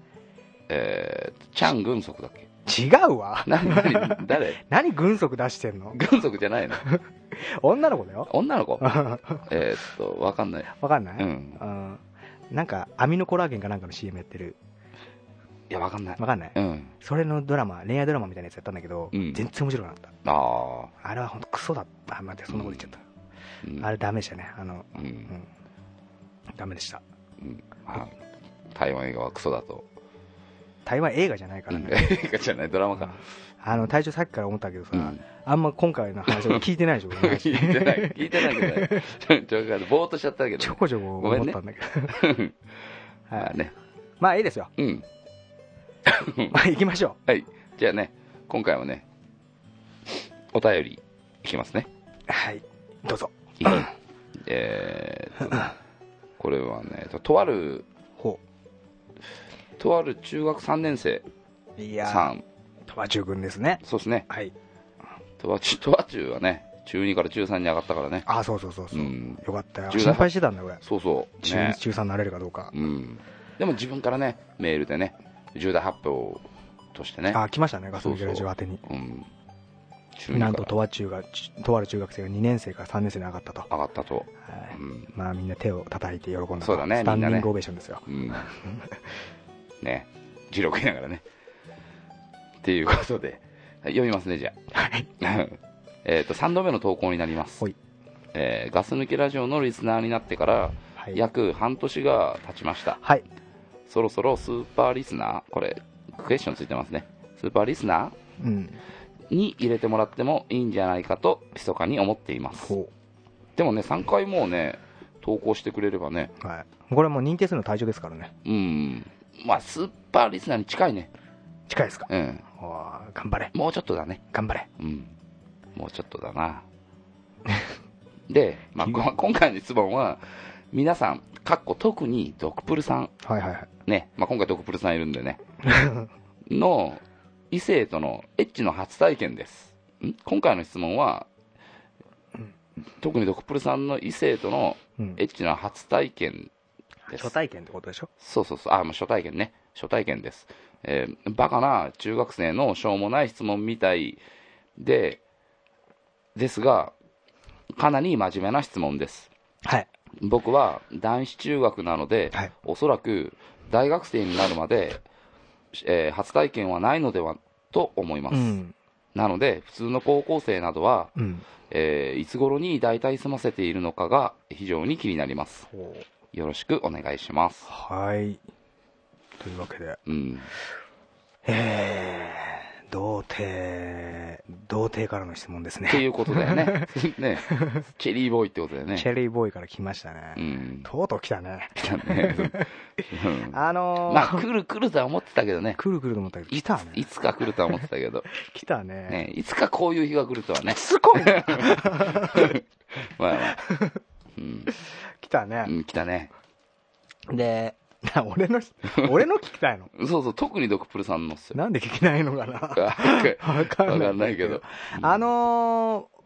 [SPEAKER 4] えーチャン・グンソクだっけ
[SPEAKER 3] 違うわ。
[SPEAKER 4] な何誰
[SPEAKER 3] 何軍足出してんの
[SPEAKER 4] 軍足じゃないの
[SPEAKER 3] 女の子だよ。
[SPEAKER 4] 女の 子
[SPEAKER 3] わ
[SPEAKER 4] えーっと、わかんない。
[SPEAKER 3] かんな
[SPEAKER 4] う
[SPEAKER 3] い、
[SPEAKER 4] ん。
[SPEAKER 3] うん、なんか、アミノコラーゲンかなんかの CM やってる。
[SPEAKER 4] いや、わかんない。
[SPEAKER 3] わかんない
[SPEAKER 4] うん。
[SPEAKER 3] それのドラマ、恋愛ドラマみたいなやつやったんだけど、
[SPEAKER 4] うん
[SPEAKER 3] 全然面白くなかっ
[SPEAKER 4] ああ。
[SPEAKER 3] た。あれは本当クソだった。あ待って、そんなこと言っちゃっ
[SPEAKER 4] うん
[SPEAKER 3] た。あれダメでしたね。あの、
[SPEAKER 4] う。
[SPEAKER 3] うんん。ダメでした。
[SPEAKER 4] あ台湾映画はクソだと。
[SPEAKER 3] 台湾映画じゃないから
[SPEAKER 4] うん
[SPEAKER 3] ね。
[SPEAKER 4] 映画じゃない、ドラマか。
[SPEAKER 3] あの、隊長さっきから思ったけどさ、
[SPEAKER 4] うん
[SPEAKER 3] あんま今回の話を聞いてないでしょ、俺
[SPEAKER 4] 聞いてない、聞いてないけ どねちょっと待って、ぼーっとしちゃったけ
[SPEAKER 3] ち
[SPEAKER 4] ど
[SPEAKER 3] ょこちょこ
[SPEAKER 4] ごめん
[SPEAKER 3] 思っ
[SPEAKER 4] ね
[SPEAKER 3] たんだけど。
[SPEAKER 4] ね。
[SPEAKER 3] は
[SPEAKER 4] まあ
[SPEAKER 3] い。
[SPEAKER 4] ね。
[SPEAKER 3] まあ、いいですよ。
[SPEAKER 4] うん。
[SPEAKER 3] まあ、 行きましょ
[SPEAKER 4] はい。じゃあね、今回もね、お便りいきますね。
[SPEAKER 3] う。はい。どうぞ。
[SPEAKER 4] えーっとね、これはね、とある、
[SPEAKER 3] ほ
[SPEAKER 4] とある中学3年生
[SPEAKER 3] う。いやー
[SPEAKER 4] さん、
[SPEAKER 3] とわちゅうくんですね。
[SPEAKER 4] そうですね、
[SPEAKER 3] はい。
[SPEAKER 4] とわちゅとわ中はね、中2から中3に上がったからね、
[SPEAKER 3] あ、そうそうそうそうう。
[SPEAKER 4] ん、
[SPEAKER 3] よかったよ。
[SPEAKER 4] 17
[SPEAKER 3] 心配してたんだ、俺。
[SPEAKER 4] そうそう、
[SPEAKER 3] 中
[SPEAKER 4] ね
[SPEAKER 3] 1、中3になれるかどうか
[SPEAKER 4] う。ん、でも自分からね、メールでね、重大発表としてね、
[SPEAKER 3] あ、来ましたね、ガソリンラジオ宛てに。
[SPEAKER 4] うん、中
[SPEAKER 3] なん
[SPEAKER 4] 2か
[SPEAKER 3] と、
[SPEAKER 4] ら
[SPEAKER 3] とわ中が、ちとある中学生が2年生から3年生に上がったと。
[SPEAKER 4] 上がったと、
[SPEAKER 3] はい
[SPEAKER 4] うん、
[SPEAKER 3] まあ、みんな手を叩いて喜んだと
[SPEAKER 4] そうだね
[SPEAKER 3] スタン
[SPEAKER 4] みん
[SPEAKER 3] デ
[SPEAKER 4] な
[SPEAKER 3] ィン
[SPEAKER 4] ね
[SPEAKER 3] グオベーションですよ。
[SPEAKER 4] うん、ね、字録言いながらね。っていうことで、はい読みますね、じゃ
[SPEAKER 3] はい。
[SPEAKER 4] あ。 えっと、3度目の投稿になります
[SPEAKER 3] ほい。
[SPEAKER 4] えーガス抜けラジオのリスナーになってから、
[SPEAKER 3] はい。
[SPEAKER 4] 約半年が経ちました。
[SPEAKER 3] はい。
[SPEAKER 4] そろそろスーパーリスナー、これ、クエスチョンついてますね。スーパーリスナ
[SPEAKER 3] うん。
[SPEAKER 4] ーに入れてもらってもいいんじゃないかと、密かに思っています。
[SPEAKER 3] ほ
[SPEAKER 4] でもね、3回もうね、投稿してくれればね、
[SPEAKER 3] う。はい。これはもう認定するの対象ですからね。
[SPEAKER 4] うん、まあ、スーパーリスナーに近いね。
[SPEAKER 3] 近いですか
[SPEAKER 4] うん。
[SPEAKER 3] おー頑張れ。
[SPEAKER 4] もうちょっとだね。
[SPEAKER 3] 頑張れ。
[SPEAKER 4] うん。もうちょっとだな。で、まあ、こ今回の質問は、皆さん、かっこ特にドクプルさん、
[SPEAKER 3] はいはいはい。
[SPEAKER 4] ね、まあ、今回ドクプルさんいるんでね、 の異性とのエッチの初体験です。ん今回の質問は、特にドクプルさんの異性との
[SPEAKER 3] うん
[SPEAKER 4] エッチの初体験です。
[SPEAKER 3] 初体験ってことでしょ
[SPEAKER 4] そうそうそう、あ、まあ、初体験ね。初体験です。えーバカな中学生のしょうもない質問みたいで、ですが、かなり真面目な質問です。
[SPEAKER 3] はい。
[SPEAKER 4] 僕は男子中学なので、
[SPEAKER 3] はい
[SPEAKER 4] おそらく大学生になるまで、えー初体験はないのではと思います。
[SPEAKER 3] うん。
[SPEAKER 4] なので、普通の高校生などは、
[SPEAKER 3] うん。
[SPEAKER 4] えーいつ頃に大体済ませているのかが非常に気になります。よろしくお願いします。
[SPEAKER 3] はい。というわけで。
[SPEAKER 4] うん。
[SPEAKER 3] えー、童貞、童貞からの質問です
[SPEAKER 4] ってい
[SPEAKER 3] ね。
[SPEAKER 4] うことだよね。 ね。チェリーボーイってことだよね。
[SPEAKER 3] チェリーボーイから来ました
[SPEAKER 4] う
[SPEAKER 3] ね。
[SPEAKER 4] ん。
[SPEAKER 3] とうとう来たね。
[SPEAKER 4] 来たね。うん
[SPEAKER 3] あのー、
[SPEAKER 4] まあ、来る来るとは思ってたけどね。
[SPEAKER 3] 来る来ると思ったけど、来たね
[SPEAKER 4] い。つか来るとは思ってたけど。
[SPEAKER 3] 来たね。
[SPEAKER 4] ね。いつかこういう日が来るとはね。
[SPEAKER 3] すご いね
[SPEAKER 4] まあ まあ。うん。
[SPEAKER 3] 来た
[SPEAKER 4] う
[SPEAKER 3] ね。
[SPEAKER 4] ん来たね。
[SPEAKER 3] で、な俺の、俺の聞きた いの
[SPEAKER 4] そうそう、特にドクプルさんのっすよ。
[SPEAKER 3] なんで聞けないのかな
[SPEAKER 4] わ
[SPEAKER 3] わかんない。
[SPEAKER 4] かんないけど。。
[SPEAKER 3] あのー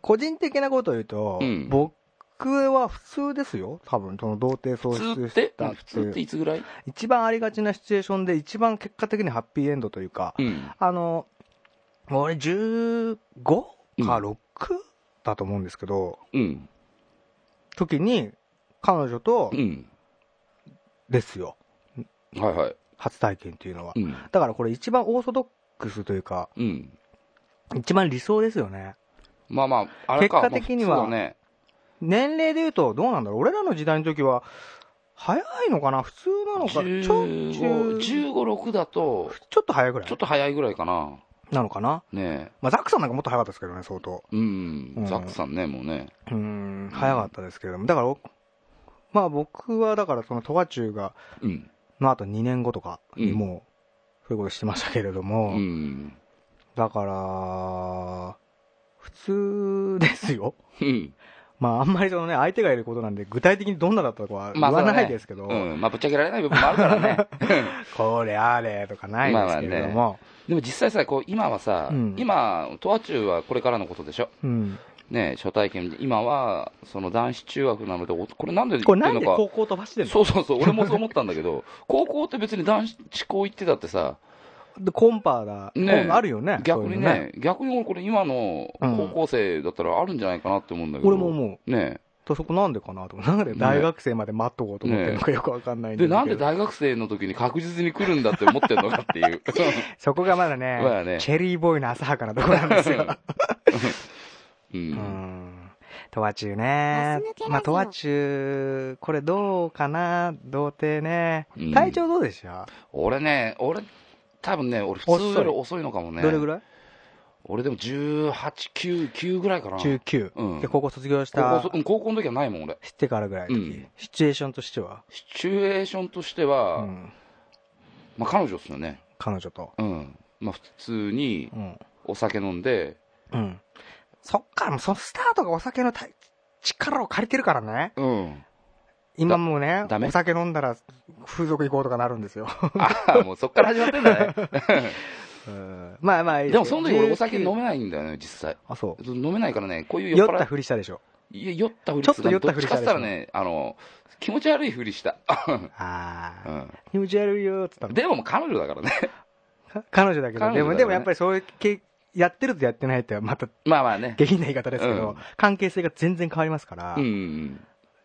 [SPEAKER 3] 個人的なことを言うと、
[SPEAKER 4] うん
[SPEAKER 3] 僕は普通ですよ、多分その童貞喪
[SPEAKER 4] 普通
[SPEAKER 3] 失
[SPEAKER 4] っ
[SPEAKER 3] してたっ
[SPEAKER 4] 普
[SPEAKER 3] て
[SPEAKER 4] 通っ
[SPEAKER 3] い
[SPEAKER 4] て
[SPEAKER 3] う、
[SPEAKER 4] いつぐらい
[SPEAKER 3] 一番ありがちなシチュエーションで、一番結果的にハッピーエンドというか、
[SPEAKER 4] うん。
[SPEAKER 3] あの俺、15か
[SPEAKER 4] う
[SPEAKER 3] 6だと思うんですけど、
[SPEAKER 4] うん。
[SPEAKER 3] 時に、彼女と
[SPEAKER 4] うん。
[SPEAKER 3] ですよ、
[SPEAKER 4] はいはい。
[SPEAKER 3] 初体験っていうのは
[SPEAKER 4] う。ん。
[SPEAKER 3] だからこれ、一番オーソドックスというか、
[SPEAKER 4] うん。
[SPEAKER 3] 一番理想ですよね。
[SPEAKER 4] まあまあ、あれか。
[SPEAKER 3] 結果的には
[SPEAKER 4] まあそうだね。
[SPEAKER 3] 年齢で言うとどうなんだろう俺らの時代の時は早いのかな普通なのか
[SPEAKER 4] 15
[SPEAKER 3] ちょちょ
[SPEAKER 4] 15、6だと、
[SPEAKER 3] ちょっと早いぐら
[SPEAKER 4] ちょっ
[SPEAKER 3] い
[SPEAKER 4] と早いぐらいかな。
[SPEAKER 3] なのかな、
[SPEAKER 4] ね
[SPEAKER 3] まあ、ザックさんなんかもっと早かったですけどね相当
[SPEAKER 4] え。うん
[SPEAKER 3] う。ん
[SPEAKER 4] ザックさんね、もうね。
[SPEAKER 3] うーん早かったですけれどもだからおまあ僕はだからそのトワチューが
[SPEAKER 4] うん。
[SPEAKER 3] のあと2年後とかに
[SPEAKER 4] うん
[SPEAKER 3] もうそういうことしてましたけれど
[SPEAKER 4] う
[SPEAKER 3] も、
[SPEAKER 4] ん。
[SPEAKER 3] だから普通ですよ
[SPEAKER 4] うん。
[SPEAKER 3] まああんまりそのね相手がいることなんで具体的にどんなだったとかは言
[SPEAKER 4] まあ
[SPEAKER 3] わ
[SPEAKER 4] そうだね
[SPEAKER 3] ないですけど、
[SPEAKER 4] うん。まあ、ぶっちゃけられない部分もあるから ね。
[SPEAKER 3] これあれとかないですけれども、
[SPEAKER 4] までも実際さ、こう、今はさ
[SPEAKER 3] うん、
[SPEAKER 4] 今、トワチューはこれからのことでしょ。
[SPEAKER 3] うん
[SPEAKER 4] ねえ初体験で、今は、その男子中学なので、おこれなんで
[SPEAKER 3] こ
[SPEAKER 4] 言っ
[SPEAKER 3] れな
[SPEAKER 4] てん
[SPEAKER 3] ん
[SPEAKER 4] の
[SPEAKER 3] で
[SPEAKER 4] か。
[SPEAKER 3] 高校飛ばしてんの
[SPEAKER 4] そうそうそう、俺もそう思ったんだけど、高校って別に男子校行ってたってさ、
[SPEAKER 3] でコンパだ、
[SPEAKER 4] ね
[SPEAKER 3] 今度あるよね、
[SPEAKER 4] 逆
[SPEAKER 3] そういう
[SPEAKER 4] に
[SPEAKER 3] の
[SPEAKER 4] ね、逆に俺、これ、今の高校生だったらあるんじゃないかなって思うんだけど、
[SPEAKER 3] 俺も思
[SPEAKER 4] ね
[SPEAKER 3] う、そこなんでかなと思う、なんで大学生まで待っとこうと思ってるのかよくわかんないんだ
[SPEAKER 4] で、
[SPEAKER 3] けど、
[SPEAKER 4] なんで大学生の時に確実に来るんだって思ってん のかっていう、
[SPEAKER 3] そこがまだね
[SPEAKER 4] まだね
[SPEAKER 3] チェリーボーイの浅はかなところなん ですよ。
[SPEAKER 4] う、
[SPEAKER 3] うんん。とわちゅうね
[SPEAKER 5] ガス抜けラジ。オ
[SPEAKER 3] まあ、とわちゅう、これどうかな童貞ね
[SPEAKER 4] うん。
[SPEAKER 3] 体調どうでした、
[SPEAKER 4] 俺ね、俺、多分ね、俺、普通より遅いのかもね、
[SPEAKER 3] どれぐらい
[SPEAKER 4] 俺、でも18、9、9ぐらいかな、
[SPEAKER 3] 中級
[SPEAKER 4] うん
[SPEAKER 3] で、高校卒業し
[SPEAKER 4] 高
[SPEAKER 3] た
[SPEAKER 4] 校そ、うん高校の時はないもん、俺、
[SPEAKER 3] してからぐらいの
[SPEAKER 4] う
[SPEAKER 3] 時、
[SPEAKER 4] ん
[SPEAKER 3] シチュエーションとしては、
[SPEAKER 4] シチュエーションとして
[SPEAKER 3] う
[SPEAKER 4] は、
[SPEAKER 3] ん、
[SPEAKER 4] まあ、彼女っすよね、
[SPEAKER 3] 彼女と。
[SPEAKER 4] うん、まあ、普通に
[SPEAKER 3] うん。
[SPEAKER 4] お酒飲んで、
[SPEAKER 3] うん。そっから、もうそのスタートがお酒のた力を借りてるからね。
[SPEAKER 4] うん、
[SPEAKER 3] 今もうね、
[SPEAKER 4] ダメ
[SPEAKER 3] お酒飲んだら風俗行こうとかなるんですよ。
[SPEAKER 4] ああ、もうそっから始まってんだね。
[SPEAKER 3] うん まあ まあいいす
[SPEAKER 4] で
[SPEAKER 3] よ
[SPEAKER 4] もその時俺お酒
[SPEAKER 3] 19
[SPEAKER 4] 飲めないんだよね、実際。
[SPEAKER 3] あ、そう。
[SPEAKER 4] 飲めないからね、こういう
[SPEAKER 3] 酔
[SPEAKER 4] 酔
[SPEAKER 3] っ
[SPEAKER 4] っ払
[SPEAKER 3] た
[SPEAKER 4] い
[SPEAKER 3] ふりしたでしょ。
[SPEAKER 4] いや酔ったふり
[SPEAKER 3] ちょっと酔ったふり
[SPEAKER 4] どっちかって言ったらね、あの、気持ち悪いふりした。
[SPEAKER 3] あ
[SPEAKER 4] う
[SPEAKER 3] あ、
[SPEAKER 4] ん
[SPEAKER 3] 気持ち悪いよーっつったの。
[SPEAKER 4] でももう彼女だからね。
[SPEAKER 3] か彼女だけど、
[SPEAKER 4] 彼女だ
[SPEAKER 3] で
[SPEAKER 4] から
[SPEAKER 3] も、
[SPEAKER 4] ね
[SPEAKER 3] でもやっぱりそういうけ、やってるとやってないってまた
[SPEAKER 4] まあまあね。
[SPEAKER 3] 下品な言い方ですけど、
[SPEAKER 4] うん
[SPEAKER 3] 関係性が全然変わりますから、
[SPEAKER 4] うんうん。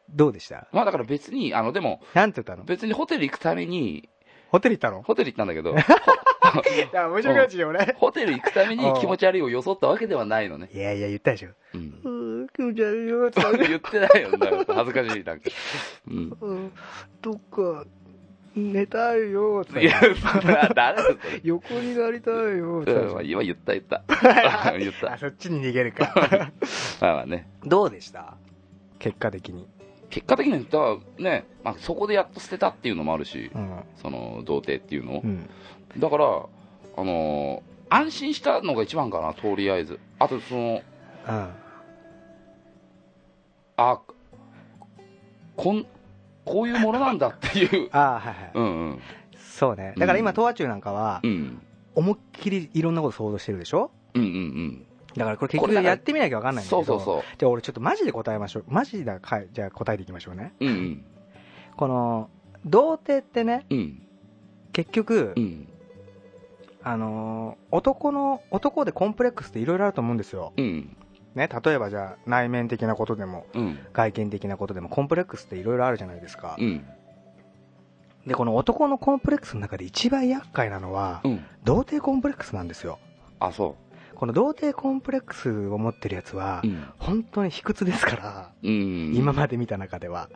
[SPEAKER 3] どうでした
[SPEAKER 4] まあだから別に、あの、でも、
[SPEAKER 3] なんて言ったの
[SPEAKER 4] 別にホテル行くために、
[SPEAKER 3] ホテル行ったの
[SPEAKER 4] ホテル行ったんだけ ど、
[SPEAKER 3] いや、面白くなっちゃうよね。
[SPEAKER 4] ホテル行くために
[SPEAKER 3] うん
[SPEAKER 4] 気持ち悪いを装ったわけではないのね。
[SPEAKER 3] いやいや、言ったでしょ。
[SPEAKER 4] うん。
[SPEAKER 3] うー、気持ち悪いよーっつった
[SPEAKER 4] 言ってないよ、だから恥ずかしい、なんか。うん。
[SPEAKER 3] うんどっか、寝た いよーっつった
[SPEAKER 4] いや、誰だよそれ
[SPEAKER 3] 横になりたいよーっつったでしょ
[SPEAKER 4] うん今言った言った。 言っ
[SPEAKER 3] あ、
[SPEAKER 4] た。
[SPEAKER 3] そっちに逃げ るか。
[SPEAKER 4] まあまあね。
[SPEAKER 3] どうでした結果的に。
[SPEAKER 4] 結果的にだからね、まあ、そこでやっと捨てたっていうのもあるし、
[SPEAKER 3] うん。
[SPEAKER 4] その童貞っていうのを
[SPEAKER 3] う、ん。
[SPEAKER 4] だから、あのー安心したのが一番かな、とりあえず、あとその、
[SPEAKER 3] うん。
[SPEAKER 4] あこんこういうものなんだっていう、
[SPEAKER 3] ああ、はいはい。
[SPEAKER 4] うんうん、
[SPEAKER 3] そうね。だから
[SPEAKER 4] う
[SPEAKER 3] 今、
[SPEAKER 4] ん
[SPEAKER 3] トワチュウなんかは
[SPEAKER 4] う、ん、
[SPEAKER 3] 思いっきりいろんなこと想像してるでしょ
[SPEAKER 4] うん、うん、
[SPEAKER 3] だからこれ結
[SPEAKER 4] これ
[SPEAKER 3] 局
[SPEAKER 4] だから
[SPEAKER 3] やってみなきゃわかん
[SPEAKER 4] うん、
[SPEAKER 3] ないんだけ
[SPEAKER 4] そ
[SPEAKER 3] ど。
[SPEAKER 4] うそうそう
[SPEAKER 3] じゃあ俺ちょっとマジで答えましょう。マジだかい、じゃあ答えていきましょうね。、
[SPEAKER 4] うん、
[SPEAKER 3] この、童貞ってね、
[SPEAKER 4] うん、うん、
[SPEAKER 3] 結局、
[SPEAKER 4] うん、
[SPEAKER 3] あのー男の、男でコンプレックスっていろいろあると思うんですよ。
[SPEAKER 4] うん、
[SPEAKER 3] ね、例えばじゃあ内面的なことでも、
[SPEAKER 4] うん、
[SPEAKER 3] 外見的なことでもコンプレックスっていろいろあるじゃないですか
[SPEAKER 4] う。ん、
[SPEAKER 3] で、この男のコンプレックスの中で一番厄介なのは、
[SPEAKER 4] うん、
[SPEAKER 3] 童貞コンプレックスなんですよ。
[SPEAKER 4] あ、そ
[SPEAKER 3] この童貞コンプレックスを持ってるやつは
[SPEAKER 4] う、う、ん、
[SPEAKER 3] 本当に卑屈ですから、
[SPEAKER 4] うん、
[SPEAKER 3] 今まで見た中では。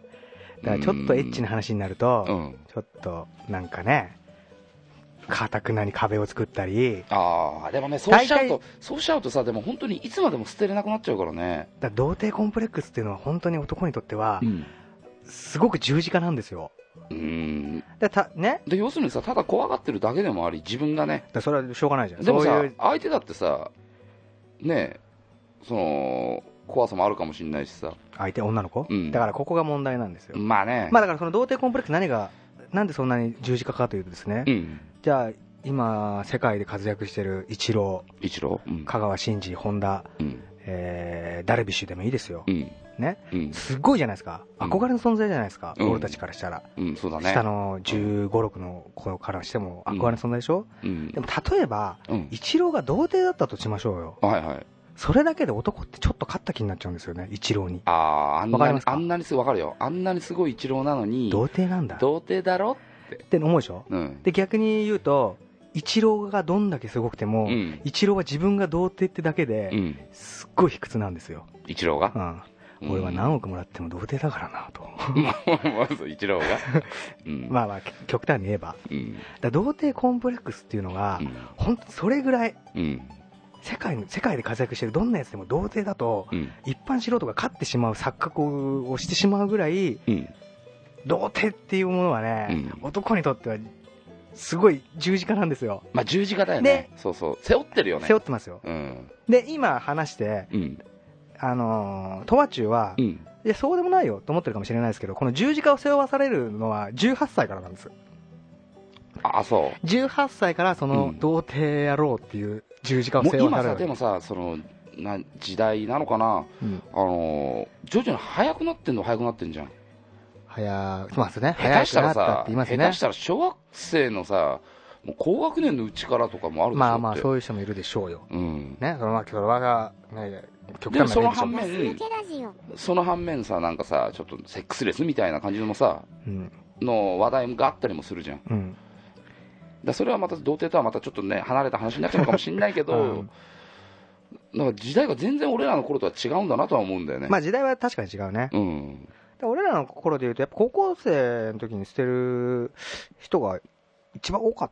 [SPEAKER 3] だからちょっとエッチな話になると、
[SPEAKER 4] うん、
[SPEAKER 3] ちょっとなんかね、かたくなに壁を作ったり、
[SPEAKER 4] ああ、でもね、そうしちゃう
[SPEAKER 3] 大
[SPEAKER 4] と、そうしちゃうとさ、でも本当にいつまでも捨てれなくなっちゃうからね。
[SPEAKER 3] だから童貞コンプレックスっていうのは本当に男にとっては
[SPEAKER 4] う、ん
[SPEAKER 3] すごく十字架なんですよ。
[SPEAKER 4] うん
[SPEAKER 3] だたね、
[SPEAKER 4] で要するにさ、ただ怖がってるだけでもあり、自分がね
[SPEAKER 3] だ、からそれはしょうがないじゃん。
[SPEAKER 4] でも
[SPEAKER 3] そ
[SPEAKER 4] さ
[SPEAKER 3] ういう、、
[SPEAKER 4] 相手だってさ、ねえ、その怖さもあるかもしれないしさ、
[SPEAKER 3] 相手女の子、
[SPEAKER 4] うん
[SPEAKER 3] だからここが問題なんですよ。
[SPEAKER 4] まあね、
[SPEAKER 3] まあだからその童貞コンプレックス何が、なんでそんなに十字架かというとですね、
[SPEAKER 4] うん、
[SPEAKER 3] じゃあ今、世界で活躍してるイチロー、
[SPEAKER 4] 一郎、うん、
[SPEAKER 3] 香川真司、本田、
[SPEAKER 4] うん、
[SPEAKER 3] えーダルビッシュでもいいですよ。
[SPEAKER 4] うん、
[SPEAKER 3] ね、
[SPEAKER 4] うん、
[SPEAKER 3] すごいじゃないですか。
[SPEAKER 4] うん
[SPEAKER 3] 憧れの存在じゃないですか。
[SPEAKER 4] うん
[SPEAKER 3] 俺たちからしたら。
[SPEAKER 4] うん、そうだね、
[SPEAKER 3] 下の15、6の子からしても憧れの存在でしょ、
[SPEAKER 4] うん
[SPEAKER 3] で、も例えば、
[SPEAKER 4] うん、
[SPEAKER 3] イチローが童貞だったとしましょうよ。
[SPEAKER 4] はいはい、
[SPEAKER 3] それだけで男ってちょっと勝った気になっちゃうんですよね、イチローに。
[SPEAKER 4] ああ、あん
[SPEAKER 3] わか
[SPEAKER 4] なに
[SPEAKER 3] ります、か
[SPEAKER 4] あんなにすごい、わかるよ、あんなにすごい一郎なのに、
[SPEAKER 3] 童貞なんだっ
[SPEAKER 4] 童貞だろ、
[SPEAKER 3] て思うでしょ
[SPEAKER 4] うん、
[SPEAKER 3] で、逆に言うと、イチローがどんだけすごくて
[SPEAKER 4] う
[SPEAKER 3] も、
[SPEAKER 4] ん、
[SPEAKER 3] イチローは自分が童貞ってだけ
[SPEAKER 4] う
[SPEAKER 3] で、
[SPEAKER 4] ん、
[SPEAKER 3] すっごい卑屈なんですよ。
[SPEAKER 4] 一郎が
[SPEAKER 3] う、ん。
[SPEAKER 4] うん
[SPEAKER 3] 俺は何億もらっても童貞だからなと。
[SPEAKER 4] まず一郎が、うん、
[SPEAKER 3] まあまあ、極端に言えば。
[SPEAKER 4] うん、
[SPEAKER 3] だから童貞コンプレックスっていうのが、
[SPEAKER 4] うん
[SPEAKER 3] 本当それぐらい、
[SPEAKER 4] うん、
[SPEAKER 3] 世界の世界で活躍してるどんなやつでも童貞だと、
[SPEAKER 4] うん、
[SPEAKER 3] 一般素人が勝ってしまう錯覚をしてしまうぐらい、
[SPEAKER 4] うん、
[SPEAKER 3] 童貞っていうものはね、
[SPEAKER 4] うん
[SPEAKER 3] 男にとっては、すごい十字架なんですよ。
[SPEAKER 4] まあ十字架だよ
[SPEAKER 3] ね
[SPEAKER 4] ね、そうそう、背負ってるよね
[SPEAKER 3] 背、負ってますよ。
[SPEAKER 4] うん、
[SPEAKER 3] で、今話して、
[SPEAKER 4] うん、
[SPEAKER 3] あのー、トワチュウは、
[SPEAKER 4] うん。
[SPEAKER 3] いや、そうでもないよと思ってるかもしれないですけど、この十字架を背負わされるのは18歳からなんです。
[SPEAKER 4] あそ
[SPEAKER 3] 18歳からそうの
[SPEAKER 4] ん
[SPEAKER 3] 童貞野郎っていう十字架
[SPEAKER 4] う
[SPEAKER 3] を
[SPEAKER 4] もう
[SPEAKER 3] 背負わ
[SPEAKER 4] 今
[SPEAKER 3] され
[SPEAKER 4] さ
[SPEAKER 3] る。
[SPEAKER 4] でもさそのな時代なのかな、
[SPEAKER 3] うん
[SPEAKER 4] あのー徐々に速くなってんの速くなってんじゃん
[SPEAKER 3] 早、ますね。
[SPEAKER 4] 下
[SPEAKER 3] 早
[SPEAKER 4] 手
[SPEAKER 3] く
[SPEAKER 4] したら
[SPEAKER 3] なったって
[SPEAKER 4] さ
[SPEAKER 3] 言います
[SPEAKER 4] 下
[SPEAKER 3] ね
[SPEAKER 4] 手し。たら小学生のさもう高学年のうちからとかもあるでしょ
[SPEAKER 3] まあまあ、
[SPEAKER 4] だって
[SPEAKER 3] そういう人もいるでしょうよ。
[SPEAKER 4] うん、
[SPEAKER 3] ね、そのまあ、それは、ね、極
[SPEAKER 4] でも
[SPEAKER 3] 端
[SPEAKER 4] そ
[SPEAKER 3] な
[SPEAKER 4] の
[SPEAKER 3] 例でしょ
[SPEAKER 4] 反
[SPEAKER 3] う。
[SPEAKER 4] 面
[SPEAKER 5] けラジオ
[SPEAKER 4] その反面さなんかさちょっとセックスレスみたいな感じのもさ
[SPEAKER 3] うん、
[SPEAKER 4] の話題があったりもするじゃんだか
[SPEAKER 3] うん、
[SPEAKER 4] らそれはまた童貞とはまたちょっとね離れた話になっちゃうのかもしれないけ ど、なんか時代が全然俺らの頃とは違うんだなとは思うんだよね、
[SPEAKER 3] まあ時代は確かに違うね。
[SPEAKER 4] うん
[SPEAKER 3] で俺らの頃で言うと、やっぱ高校生の時に捨てる人が一番多かっ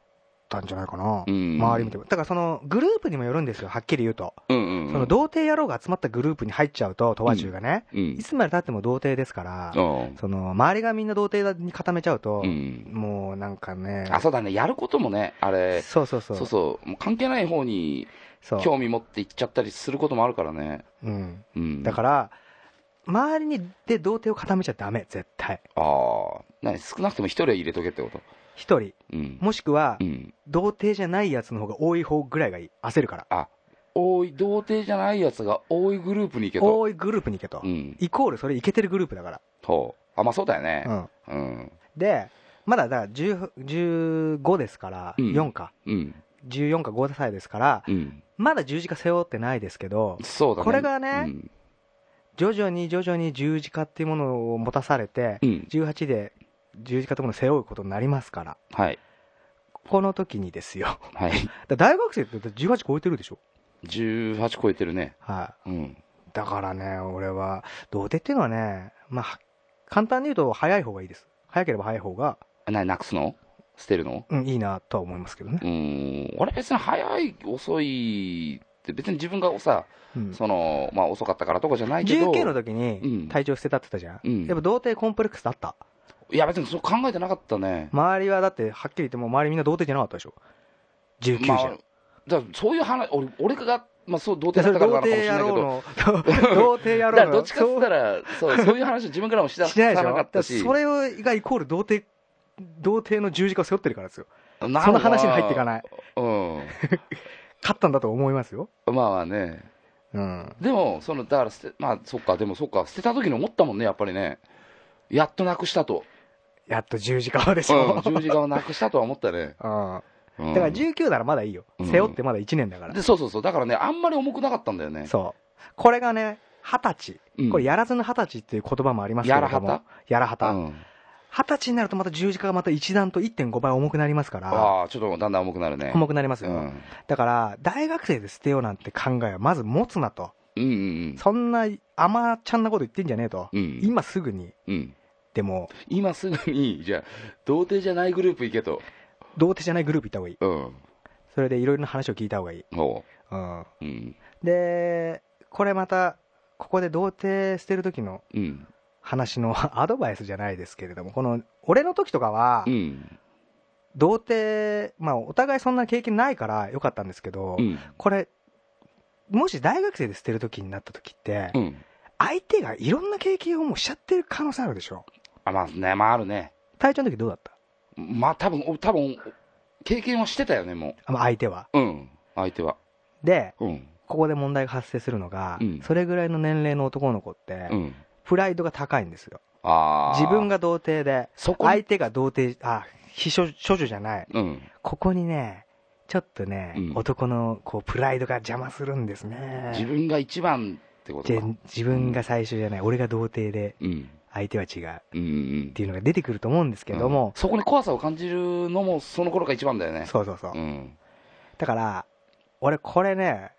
[SPEAKER 3] たんじゃないかな。
[SPEAKER 4] うん、
[SPEAKER 3] 周り見ても。だからそのグループにもよるんですよ、はっきり言うと。
[SPEAKER 4] うんうんうん、
[SPEAKER 3] その童貞野郎が集まったグループに入っちゃうと、鳥羽中がね、
[SPEAKER 4] うん
[SPEAKER 3] いつまで経っても童貞ですから、
[SPEAKER 4] うん
[SPEAKER 3] その周りがみんな童貞に固めちゃうと
[SPEAKER 4] う、ん
[SPEAKER 3] もうなんかね、
[SPEAKER 4] あそうだねやることもねあれ
[SPEAKER 3] そうそうそ
[SPEAKER 4] そうう。そうもう関係ない方に
[SPEAKER 3] そう
[SPEAKER 4] 興味持って行っちゃったりすることもあるからね、
[SPEAKER 3] うん。
[SPEAKER 4] うん、
[SPEAKER 3] だから、周りにで童貞を固めちゃダメ、絶対。
[SPEAKER 4] らああ何少なくとも一人は入れとけってこと
[SPEAKER 3] 一人。
[SPEAKER 4] うん
[SPEAKER 3] もしくは
[SPEAKER 4] う、ん
[SPEAKER 3] 童貞じゃないやつの方が多い方ぐらいがいい。焦るから。
[SPEAKER 4] 多い童貞じゃないやつが多いグループに行けと
[SPEAKER 3] 多いグループに行けと
[SPEAKER 4] う。ん
[SPEAKER 3] イコールそれいけてるグループだか
[SPEAKER 4] そうあまあそうだよ
[SPEAKER 3] ら。う
[SPEAKER 4] ね
[SPEAKER 3] ん。
[SPEAKER 4] うん
[SPEAKER 3] で、まだだから10 15ですから、
[SPEAKER 4] うん
[SPEAKER 3] 4か。
[SPEAKER 4] うん
[SPEAKER 3] 14か5歳ですから、
[SPEAKER 4] うん
[SPEAKER 3] まだ十字架背負ってないですけど、
[SPEAKER 4] そうだね
[SPEAKER 3] これがね
[SPEAKER 4] うん
[SPEAKER 3] 徐々に徐々に十字架っていうものを持たされて、
[SPEAKER 4] うん
[SPEAKER 3] 18で十字架というものを背負うことになりますから、
[SPEAKER 4] はい
[SPEAKER 3] この時にですよ。
[SPEAKER 4] はい
[SPEAKER 3] だから大学生って18超えてるでしょ。
[SPEAKER 4] 18超えてるね
[SPEAKER 3] はい。
[SPEAKER 4] うん
[SPEAKER 3] だからね、俺は、童貞っていうのはね、まあ、簡単に言うと早い方がいいです。早ければ早い方が、
[SPEAKER 4] ななくすの捨てるの
[SPEAKER 3] うん、いいなとは思いますけどね
[SPEAKER 4] う。ん俺別に早い遅いって別に自分がさ
[SPEAKER 3] うん、
[SPEAKER 4] そのまあ遅かったからとかじゃないけど
[SPEAKER 3] 19の時
[SPEAKER 4] うん
[SPEAKER 3] に体調捨てたって言ったじゃん。
[SPEAKER 4] うん
[SPEAKER 3] やっぱ童貞コンプレックスだった。
[SPEAKER 4] いや別にそう考えてなかったね
[SPEAKER 3] 周りはだって、はっきり言ってもう周りみんな童貞じゃなかったでしょ。19じゃ
[SPEAKER 4] ま
[SPEAKER 3] ん。
[SPEAKER 4] あだからそういう話俺俺がまあそう童
[SPEAKER 3] いやそ
[SPEAKER 4] 貞
[SPEAKER 3] れ
[SPEAKER 4] だった
[SPEAKER 3] 童
[SPEAKER 4] からかもしれな
[SPEAKER 3] 貞野
[SPEAKER 4] いけど
[SPEAKER 3] 郎 の、童貞
[SPEAKER 4] だか
[SPEAKER 3] 野
[SPEAKER 4] ら
[SPEAKER 3] 郎
[SPEAKER 4] どっ
[SPEAKER 3] の、
[SPEAKER 4] ちかっつったらそうそういう話を自分からもしだ
[SPEAKER 3] しないで
[SPEAKER 4] さ
[SPEAKER 3] しょ。
[SPEAKER 4] なか
[SPEAKER 3] だ
[SPEAKER 4] っ
[SPEAKER 3] か
[SPEAKER 4] た
[SPEAKER 3] ら
[SPEAKER 4] し
[SPEAKER 3] それをがイコール童貞、童貞の十字架を背負ってるからですよ。
[SPEAKER 4] そ
[SPEAKER 3] その話に入っていか
[SPEAKER 4] い
[SPEAKER 3] ない。
[SPEAKER 4] う
[SPEAKER 3] 勝ったんだと思いますよ。
[SPEAKER 4] んまあまあね
[SPEAKER 3] うん。
[SPEAKER 4] でもそのだから捨てまあそっかでもそっか捨てた時に思ったもんねやっぱりねやっとなくしたと、
[SPEAKER 3] やっと十字架をでし
[SPEAKER 4] うん
[SPEAKER 3] ょ。
[SPEAKER 4] 十字架をなくしたとは思ったね、
[SPEAKER 3] うん。
[SPEAKER 4] うん
[SPEAKER 3] だから19ならまだいいよ
[SPEAKER 4] う。ん
[SPEAKER 3] 背負ってまだ1年だから。
[SPEAKER 4] でそうそうそうだからねあんまり重くなかったんだよね
[SPEAKER 3] そう。これがね、20歳。
[SPEAKER 4] うん
[SPEAKER 3] これ、やらずの20歳っていう言葉もありますけれども。
[SPEAKER 4] やらはた
[SPEAKER 3] やらはた。
[SPEAKER 4] う
[SPEAKER 3] 20
[SPEAKER 4] ん
[SPEAKER 3] 歳になるとまた十字架がまた一段と1.5倍重くなりますから、
[SPEAKER 4] ああちょっとだんだん重くなるね
[SPEAKER 3] 重くなります
[SPEAKER 4] う
[SPEAKER 3] よ。
[SPEAKER 4] ん、うん
[SPEAKER 3] だから、大学生で捨てようなんて考えはまず持つなと。
[SPEAKER 4] うんうん
[SPEAKER 3] そんな甘ちゃんなこと言ってんじゃねえと。
[SPEAKER 4] うん
[SPEAKER 3] 今すぐに。
[SPEAKER 4] うん
[SPEAKER 3] でも、
[SPEAKER 4] 今すぐにじゃあ童貞じゃないグループ行けと
[SPEAKER 3] 童貞じゃないグループ行った方がいい。
[SPEAKER 4] うん
[SPEAKER 3] それでいろいろな話を聞いた方がいい。
[SPEAKER 4] おう
[SPEAKER 3] うん。
[SPEAKER 4] うん
[SPEAKER 3] で、これまた、ここで童貞捨てる時の
[SPEAKER 4] うん
[SPEAKER 3] 話の アドバイスじゃないですけれども、この、俺の時とかは
[SPEAKER 4] う、ん
[SPEAKER 3] 童貞、まあ、お互いそんな経験ないからよかったんですけど
[SPEAKER 4] う、ん
[SPEAKER 3] これ、もし大学生で捨てる時になった時って
[SPEAKER 4] う、ん
[SPEAKER 3] 相手がいろんな経験をもうしちゃってる可能性あるでしょ。
[SPEAKER 4] あまあねまああるね
[SPEAKER 3] 体調の時どうだった
[SPEAKER 4] まあ多分お多分経験はしてたよねも
[SPEAKER 3] あまあ相手は。
[SPEAKER 4] ううん相手は
[SPEAKER 3] で、
[SPEAKER 4] うん
[SPEAKER 3] ここで問題が発生するのが、
[SPEAKER 4] うん
[SPEAKER 3] それぐらいの年齢の男の子って、
[SPEAKER 4] うん
[SPEAKER 3] プライドが高いんですよ。
[SPEAKER 4] ああ
[SPEAKER 3] 自分が童貞で、
[SPEAKER 4] そこ
[SPEAKER 3] 相手が童貞、あ、非処処女じゃない。
[SPEAKER 4] うん
[SPEAKER 3] ここにね、ちょっとね、
[SPEAKER 4] うん
[SPEAKER 3] 男のこうプライドが邪魔するんです
[SPEAKER 4] 自
[SPEAKER 3] ね。
[SPEAKER 4] 分が一番ってこと
[SPEAKER 3] で
[SPEAKER 4] か
[SPEAKER 3] 自分が最初じゃない、俺が童貞で、
[SPEAKER 4] うん
[SPEAKER 3] 相手は違うっ
[SPEAKER 4] うんうん
[SPEAKER 3] ていうのが出てくると思うんですけど
[SPEAKER 4] うん
[SPEAKER 3] も、
[SPEAKER 4] そこに怖さを感じるのもその頃が一番だよね
[SPEAKER 3] そうそうそう。
[SPEAKER 4] うん
[SPEAKER 3] だから、俺これね、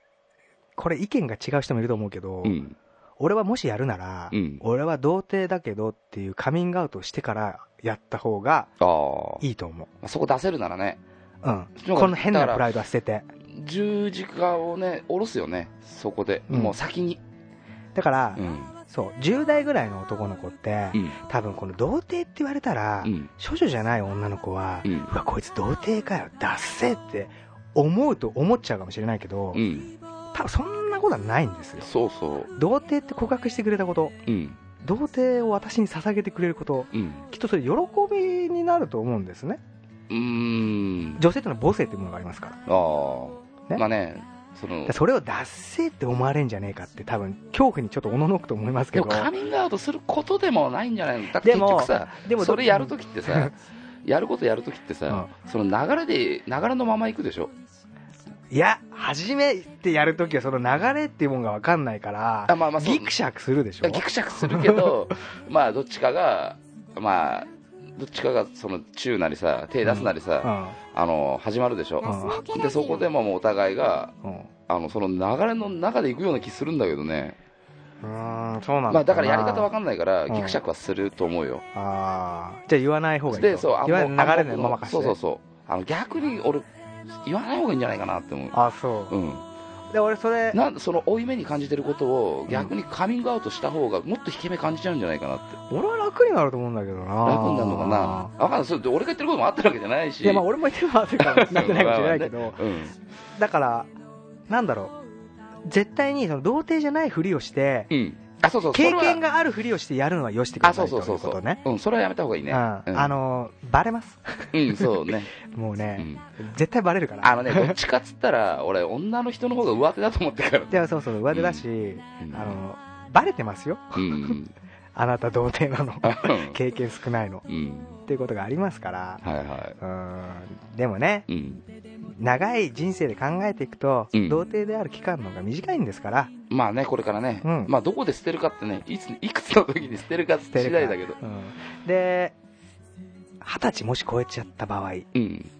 [SPEAKER 3] これ意見が違う人もいると思うけど、
[SPEAKER 4] うん
[SPEAKER 3] 俺はもしやるなら、
[SPEAKER 4] うん
[SPEAKER 3] 俺は童貞だけどっていうカミングアウトしてからやった方が
[SPEAKER 4] ああ
[SPEAKER 3] いいと思
[SPEAKER 4] そこ出せるならね
[SPEAKER 3] う。うん。
[SPEAKER 4] そうか
[SPEAKER 3] この変
[SPEAKER 4] だ
[SPEAKER 3] な
[SPEAKER 4] から
[SPEAKER 3] プライドは捨てて。
[SPEAKER 4] 十字架をね下ろすよねそこで、
[SPEAKER 3] うん
[SPEAKER 4] もう先に
[SPEAKER 3] だから、
[SPEAKER 4] うん
[SPEAKER 3] そう、10代ぐらいの男の子って、
[SPEAKER 4] うん
[SPEAKER 3] 多分この童貞って言われたら、
[SPEAKER 4] うん
[SPEAKER 3] 処女じゃない女の子は、
[SPEAKER 4] う
[SPEAKER 3] うんわ、こいつ童貞かよ、ダッセーって思うと思っちゃうかもしれないけど、
[SPEAKER 4] うん
[SPEAKER 3] 多分そんなことはないんですよ。
[SPEAKER 4] そうそう
[SPEAKER 3] 童貞って告白してくれたこと、
[SPEAKER 4] うん
[SPEAKER 3] 童貞を私に捧げてくれること、
[SPEAKER 4] うん
[SPEAKER 3] きっとそれ喜びになると思うんですね。
[SPEAKER 4] うーん
[SPEAKER 3] 女性ってのは母性っていうものがありますから。
[SPEAKER 4] ああ、
[SPEAKER 3] ね
[SPEAKER 4] まあねその
[SPEAKER 3] だからそれを脱性って思われんじゃねえかって多分恐怖にちょっとおののくと思いますけ
[SPEAKER 4] で
[SPEAKER 3] ど
[SPEAKER 4] もカミングアウトすることでもないんじゃないのだって
[SPEAKER 3] で
[SPEAKER 4] 結
[SPEAKER 3] も
[SPEAKER 4] 局さ
[SPEAKER 3] でも
[SPEAKER 4] それやるときってさやることやるときってさ、その流れで流れのまま行くでしょ
[SPEAKER 3] いや、初めてやるときはその流れっていうもんが分かんないから、
[SPEAKER 4] あまあまあそう
[SPEAKER 3] ギクシャクするでしょ。
[SPEAKER 4] ギクシャクするけ どまあどっちかがまあどっちかがその宙なりさ手出すなりさ、あの始まるでしょ、でそこでももうお互いが
[SPEAKER 3] うん。うん。
[SPEAKER 4] あのその流れの中で行くような気するんだけどね、
[SPEAKER 3] うーん、そうなんだ。
[SPEAKER 4] まあ、だからやり方わ
[SPEAKER 3] 分
[SPEAKER 4] かんないから
[SPEAKER 3] うん
[SPEAKER 4] ギクシャクはすると思うよ、
[SPEAKER 3] ああ。じゃあ言わない方がいいと。
[SPEAKER 4] でそうあ
[SPEAKER 3] 言わ
[SPEAKER 4] もう
[SPEAKER 3] ない流れのままかして。
[SPEAKER 4] そうそうそうあの逆に俺言わない方がいいんじゃないかなって思う
[SPEAKER 3] あそう
[SPEAKER 4] う。ん、
[SPEAKER 3] で、俺それ、
[SPEAKER 4] なんその負い目に感じてることを逆にカミングアウトした方がもっと引け目感じちゃうんじゃないかなって
[SPEAKER 3] 俺は楽になると思うんだけどな。
[SPEAKER 4] 楽になるのかな分かんないそれで俺が言ってることもあってるわけじゃないし
[SPEAKER 3] いや、まあ俺も言ってもらってるからなってないかもしれないけど、
[SPEAKER 4] うん
[SPEAKER 3] だから、なんだろう。絶対にその童貞じゃないふりをして、
[SPEAKER 4] うんあそうそう
[SPEAKER 3] 経
[SPEAKER 4] それ
[SPEAKER 3] 験
[SPEAKER 4] は
[SPEAKER 3] があるふりをしてやるのはよしてく
[SPEAKER 4] あ
[SPEAKER 3] だ
[SPEAKER 4] そ
[SPEAKER 3] さ
[SPEAKER 4] う
[SPEAKER 3] い
[SPEAKER 4] そうそ
[SPEAKER 3] という
[SPEAKER 4] うそ
[SPEAKER 3] こ
[SPEAKER 4] う
[SPEAKER 3] とね。
[SPEAKER 4] うんそれはやめた方がいいね
[SPEAKER 3] うん、あのバレます、
[SPEAKER 4] うんそう ね
[SPEAKER 3] もう
[SPEAKER 4] う
[SPEAKER 3] ね、
[SPEAKER 4] ん
[SPEAKER 3] 絶対バレるから、
[SPEAKER 4] あのねどっちかっつったら俺女の人の方が上手だと思ってるから
[SPEAKER 3] ではそうそう、上手だし、
[SPEAKER 4] うん
[SPEAKER 3] あのバレてますよ、
[SPEAKER 4] うん
[SPEAKER 3] あなた童貞なの、
[SPEAKER 4] うん
[SPEAKER 3] 経験少ないの
[SPEAKER 4] うん
[SPEAKER 3] っていうことがありますから、
[SPEAKER 4] はいは
[SPEAKER 3] うん、でもね、
[SPEAKER 4] いうん
[SPEAKER 3] 長い人生で考えていくと、
[SPEAKER 4] うん
[SPEAKER 3] 童貞である期間の方が短いんですから、
[SPEAKER 4] まあねこれからね
[SPEAKER 3] うん
[SPEAKER 4] まあどこで捨てるかってねいついくつの時に捨てるか次
[SPEAKER 3] 捨て
[SPEAKER 4] 第
[SPEAKER 3] るから
[SPEAKER 4] だけど
[SPEAKER 3] うんで、二十歳もし超えちゃった場合、
[SPEAKER 4] うん